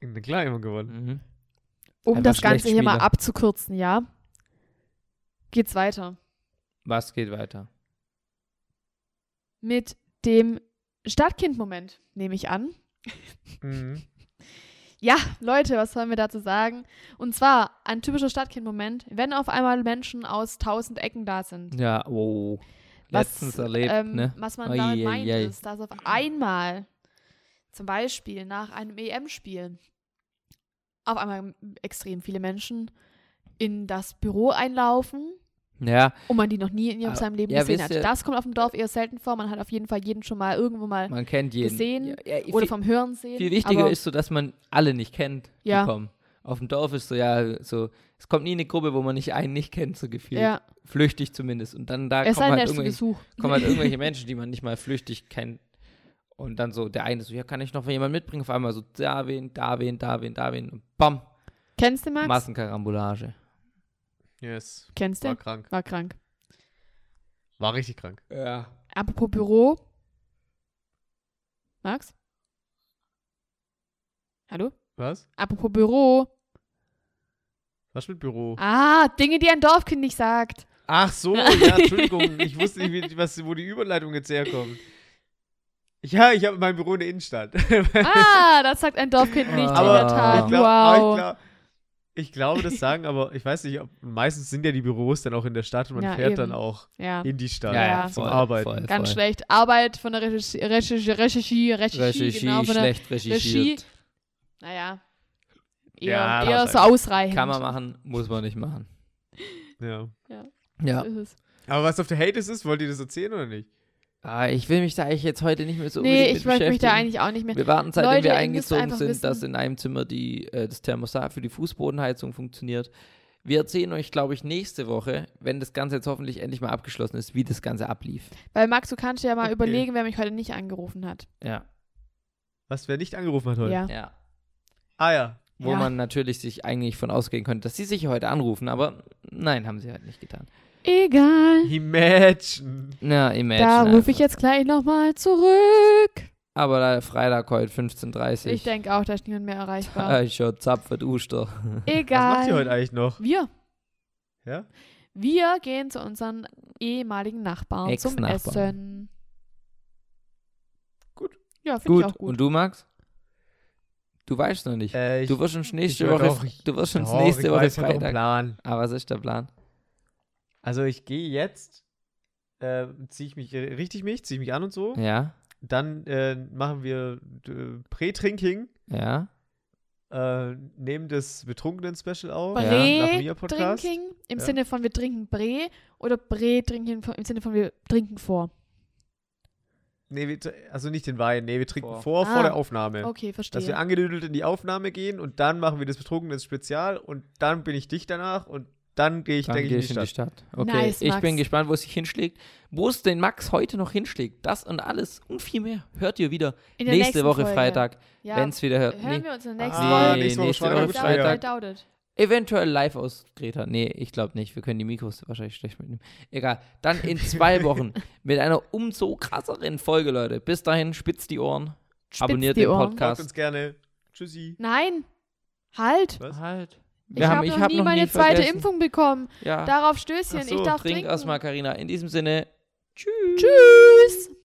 [SPEAKER 2] Na Klar, immer gewonnen.
[SPEAKER 1] Mhm.
[SPEAKER 4] Um
[SPEAKER 1] Einfach
[SPEAKER 4] das Ganze hier mal
[SPEAKER 1] Schlechtspieler.
[SPEAKER 4] abzukürzen, ja? Geht's weiter
[SPEAKER 1] Was geht weiter?
[SPEAKER 4] mit dem Stadtkind-Moment, nehme ich an.
[SPEAKER 2] Mhm.
[SPEAKER 4] Ja, Leute, was sollen wir dazu sagen? Und zwar ein typischer Stadtkind-Moment, wenn auf einmal Menschen aus tausend Ecken da sind.
[SPEAKER 1] Ja, oh.
[SPEAKER 4] Was,
[SPEAKER 1] Letztens erlebt,
[SPEAKER 4] ähm,
[SPEAKER 1] ne?
[SPEAKER 4] Was man
[SPEAKER 1] Ai,
[SPEAKER 4] damit
[SPEAKER 1] ai,
[SPEAKER 4] meint,
[SPEAKER 1] ai.
[SPEAKER 4] ist, dass auf einmal, zum Beispiel nach einem EM-Spiel, auf einmal extrem viele Menschen in das Büro einlaufen
[SPEAKER 1] Ja,
[SPEAKER 4] Und man die noch nie in ihrem
[SPEAKER 1] Aber-
[SPEAKER 4] seinem Leben
[SPEAKER 1] Ah, ja,
[SPEAKER 4] gesehen
[SPEAKER 1] wisst
[SPEAKER 4] hat.
[SPEAKER 1] ihr-
[SPEAKER 4] das kommt auf dem Dorf eher selten vor. Man hat auf jeden Fall jeden schon mal irgendwo mal
[SPEAKER 1] man kennt jeden.
[SPEAKER 4] gesehen
[SPEAKER 1] ja, ja,
[SPEAKER 4] oder
[SPEAKER 1] viel,
[SPEAKER 4] vom Hören sehen.
[SPEAKER 1] viel wichtiger
[SPEAKER 4] aber
[SPEAKER 1] ist so, dass man alle nicht kennt,
[SPEAKER 4] Ja.
[SPEAKER 1] die kommen. auf dem Dorf ist so, ja, so, es kommt nie eine Gruppe, wo man nicht einen nicht kennt, so gefühlt.
[SPEAKER 4] Ja,
[SPEAKER 1] Flüchtig zumindest. Und dann da
[SPEAKER 4] es sei
[SPEAKER 1] kommen
[SPEAKER 4] denn,
[SPEAKER 1] halt,
[SPEAKER 4] er ist zu
[SPEAKER 1] irgendwelche,
[SPEAKER 4] Besuch.
[SPEAKER 1] kommen
[SPEAKER 4] *laughs*
[SPEAKER 1] halt irgendwelche Menschen, die man nicht mal flüchtig kennt. Und dann so, der eine so, ja, kann ich noch jemanden mitbringen? Auf einmal so, da wen, da wen, da wen, da wen. Und bam,
[SPEAKER 4] Kennst du Max?
[SPEAKER 1] Massenkarambolage.
[SPEAKER 2] Yes.
[SPEAKER 4] Kennst du?
[SPEAKER 2] War
[SPEAKER 4] War,
[SPEAKER 2] krank.
[SPEAKER 4] krank.
[SPEAKER 2] War richtig krank.
[SPEAKER 1] Ja.
[SPEAKER 4] Apropos Büro. Max? Hallo?
[SPEAKER 2] Was?
[SPEAKER 4] Apropos Büro.
[SPEAKER 2] Was mit Büro?
[SPEAKER 4] Ah, Dinge, die ein Dorfkind nicht sagt.
[SPEAKER 2] Ach so,
[SPEAKER 4] *laughs*
[SPEAKER 2] ja, Entschuldigung. ich wusste nicht, wie- was, wo die Überleitung jetzt herkommt. Ja, ich habe mein Büro in der Innenstadt.
[SPEAKER 4] *laughs* Ah, das sagt
[SPEAKER 2] *laughs*
[SPEAKER 4] ein Dorfkind nicht, in
[SPEAKER 1] Aber
[SPEAKER 4] der
[SPEAKER 1] ich
[SPEAKER 4] Tat.
[SPEAKER 2] Ah. Ich glaub, aber Ich,
[SPEAKER 4] wow.
[SPEAKER 2] glaub, ich glaube, das sagen, aber ich weiß nicht, ob, meistens sind ja die Büros dann auch in der Stadt und man
[SPEAKER 4] Ja,
[SPEAKER 2] fährt
[SPEAKER 4] eben.
[SPEAKER 2] dann auch
[SPEAKER 4] ja,
[SPEAKER 2] in die Stadt
[SPEAKER 4] Ja, ja,
[SPEAKER 2] zum
[SPEAKER 1] voll,
[SPEAKER 2] Arbeiten.
[SPEAKER 1] voll.
[SPEAKER 4] ganz schlecht. Arbeit von der Regie, Regie, Regie, Regie,
[SPEAKER 1] Recherchie,
[SPEAKER 4] genau, von der
[SPEAKER 1] schlecht
[SPEAKER 4] Regie.
[SPEAKER 1] recherchiert.
[SPEAKER 4] Naja, eher,
[SPEAKER 2] Ja,
[SPEAKER 4] eher
[SPEAKER 2] passt
[SPEAKER 4] so ausreichend.
[SPEAKER 1] Kann man machen, muss man nicht machen.
[SPEAKER 2] Ja.
[SPEAKER 4] So
[SPEAKER 1] Ja.
[SPEAKER 4] ist es.
[SPEAKER 2] Aber was auf der Hate ist, wollt ihr das erzählen oder nicht?
[SPEAKER 1] Ah, ich will mich da eigentlich jetzt heute nicht mehr so
[SPEAKER 4] Nee,
[SPEAKER 1] unbedingt mit
[SPEAKER 4] ich möchte mich da
[SPEAKER 1] beschäftigen.
[SPEAKER 4] eigentlich auch nicht mehr.
[SPEAKER 1] Wir warten, seitdem
[SPEAKER 4] Leute, ihr
[SPEAKER 1] wir
[SPEAKER 4] müsst
[SPEAKER 1] eingezogen
[SPEAKER 4] einfach
[SPEAKER 1] sind,
[SPEAKER 4] wissen-
[SPEAKER 1] dass in einem Zimmer die, äh, das Thermostat für die Fußbodenheizung funktioniert. Wir erzählen euch, glaube ich, nächste Woche, wenn das Ganze jetzt hoffentlich endlich mal abgeschlossen ist, wie das Ganze ablief.
[SPEAKER 4] Weil Max, du kannst dir ja mal
[SPEAKER 2] Okay.
[SPEAKER 4] überlegen, wer mich heute nicht angerufen hat.
[SPEAKER 1] Ja.
[SPEAKER 2] Was, wer nicht angerufen hat heute?
[SPEAKER 4] Ja.
[SPEAKER 1] ja.
[SPEAKER 2] Ah ja.
[SPEAKER 1] Wo
[SPEAKER 4] Ja.
[SPEAKER 1] man natürlich sich eigentlich von ausgehen könnte, dass sie sich heute anrufen, aber nein, haben sie halt nicht getan.
[SPEAKER 4] Egal.
[SPEAKER 2] Imagine.
[SPEAKER 1] Na, imagine.
[SPEAKER 4] Da rufe ich
[SPEAKER 1] einfach.
[SPEAKER 4] jetzt gleich nochmal zurück.
[SPEAKER 1] Aber da Freitag heute 15.30 Uhr. *laughs* Ah,
[SPEAKER 4] Ich denke auch, da ist niemand mehr erreichbar.
[SPEAKER 1] Ich schon zapfert Uster.
[SPEAKER 4] Egal.
[SPEAKER 2] Was macht ihr heute eigentlich noch?
[SPEAKER 4] Wir.
[SPEAKER 2] Ja?
[SPEAKER 4] Wir gehen zu unseren ehemaligen Nachbarn zum
[SPEAKER 1] Ex-Nachbarn.
[SPEAKER 4] Essen.
[SPEAKER 2] Gut.
[SPEAKER 4] Ja, finde
[SPEAKER 1] Gut.
[SPEAKER 4] ich auch gut.
[SPEAKER 1] Und du, Max? Du weißt noch nicht.
[SPEAKER 2] Äh, ich,
[SPEAKER 1] du wirst uns nächste
[SPEAKER 2] ich werd
[SPEAKER 1] Woche,
[SPEAKER 2] auch- ich-
[SPEAKER 1] du wirst uns
[SPEAKER 2] Doch,
[SPEAKER 1] nächste
[SPEAKER 2] ich
[SPEAKER 1] Woche
[SPEAKER 2] weiß, ich hab doch einen
[SPEAKER 1] Freitag.
[SPEAKER 2] Plan.
[SPEAKER 1] Aber was ist der Plan?
[SPEAKER 2] Also ich gehe jetzt, äh, ziehe ich mich, äh, richte ich mich, ziehe ich mich an und so.
[SPEAKER 1] Ja,
[SPEAKER 2] Dann äh, machen wir äh, Pre-Trinking,
[SPEAKER 1] ja.
[SPEAKER 2] äh, nehmen das Betrunkenen-Special auf.
[SPEAKER 1] Ja.
[SPEAKER 2] Nach mir Podcast.
[SPEAKER 4] Bre-Trinking im
[SPEAKER 2] Ja.
[SPEAKER 4] Sinne von wir trinken Bre oder Bre-Trinking im Sinne von wir trinken vor.
[SPEAKER 2] Nee, wir, tr- also nicht den Wein, nee, wir trinken
[SPEAKER 1] Vor.
[SPEAKER 2] vor, vor,
[SPEAKER 4] Ah,
[SPEAKER 2] der Aufnahme.
[SPEAKER 4] Okay, verstehe.
[SPEAKER 2] Dass wir angedüdelt in die Aufnahme gehen und dann machen wir das Betrunkenen Spezial und dann bin ich dich danach und dann gehe ich,
[SPEAKER 1] Dann
[SPEAKER 2] denke ich,
[SPEAKER 1] gehe
[SPEAKER 2] in
[SPEAKER 1] ich
[SPEAKER 2] die
[SPEAKER 1] in die
[SPEAKER 2] Stadt.
[SPEAKER 1] Stadt. Okay,
[SPEAKER 4] Nice,
[SPEAKER 1] ich
[SPEAKER 4] Max.
[SPEAKER 1] bin gespannt, wo es sich hinschlägt. Wo es den Max heute noch hinschlägt. Das und alles und viel mehr hört ihr wieder
[SPEAKER 4] In der
[SPEAKER 1] nächste
[SPEAKER 4] nächsten
[SPEAKER 1] Woche
[SPEAKER 4] Folge.
[SPEAKER 1] Freitag,
[SPEAKER 4] ja,
[SPEAKER 1] wenn es wieder hört.
[SPEAKER 4] hören
[SPEAKER 1] Nee,
[SPEAKER 4] wir uns in der nächsten
[SPEAKER 2] Ah,
[SPEAKER 4] Folge.
[SPEAKER 2] nächste Woche
[SPEAKER 4] Doubt
[SPEAKER 2] Freitag,
[SPEAKER 4] it,
[SPEAKER 2] Freitag.
[SPEAKER 4] I doubt it.
[SPEAKER 1] eventuell live aus Greta. Nee, ich glaube nicht. Wir können die Mikros wahrscheinlich schlecht mitnehmen. Egal. Dann
[SPEAKER 4] *laughs*
[SPEAKER 1] in zwei Wochen mit einer umso krasseren Folge, Leute. Bis dahin, spitzt die Ohren, abonniert
[SPEAKER 4] die
[SPEAKER 1] den
[SPEAKER 4] Ohren.
[SPEAKER 2] Folgt
[SPEAKER 1] Podcast.
[SPEAKER 2] uns gerne. Tschüssi.
[SPEAKER 4] Nein, halt.
[SPEAKER 2] Was?
[SPEAKER 1] Halt.
[SPEAKER 4] Ich
[SPEAKER 1] Wir haben,
[SPEAKER 4] habe
[SPEAKER 1] ich
[SPEAKER 4] noch
[SPEAKER 1] hab
[SPEAKER 4] nie
[SPEAKER 1] noch
[SPEAKER 4] meine
[SPEAKER 1] nie
[SPEAKER 4] zweite
[SPEAKER 1] vergessen.
[SPEAKER 4] Impfung bekommen.
[SPEAKER 1] Ja.
[SPEAKER 4] Darauf Stößchen.
[SPEAKER 2] Ach so,
[SPEAKER 4] ich darf
[SPEAKER 1] Trink
[SPEAKER 4] trinken.
[SPEAKER 1] erstmal, Karina. In diesem Sinne, tschüss.
[SPEAKER 4] Tschüss.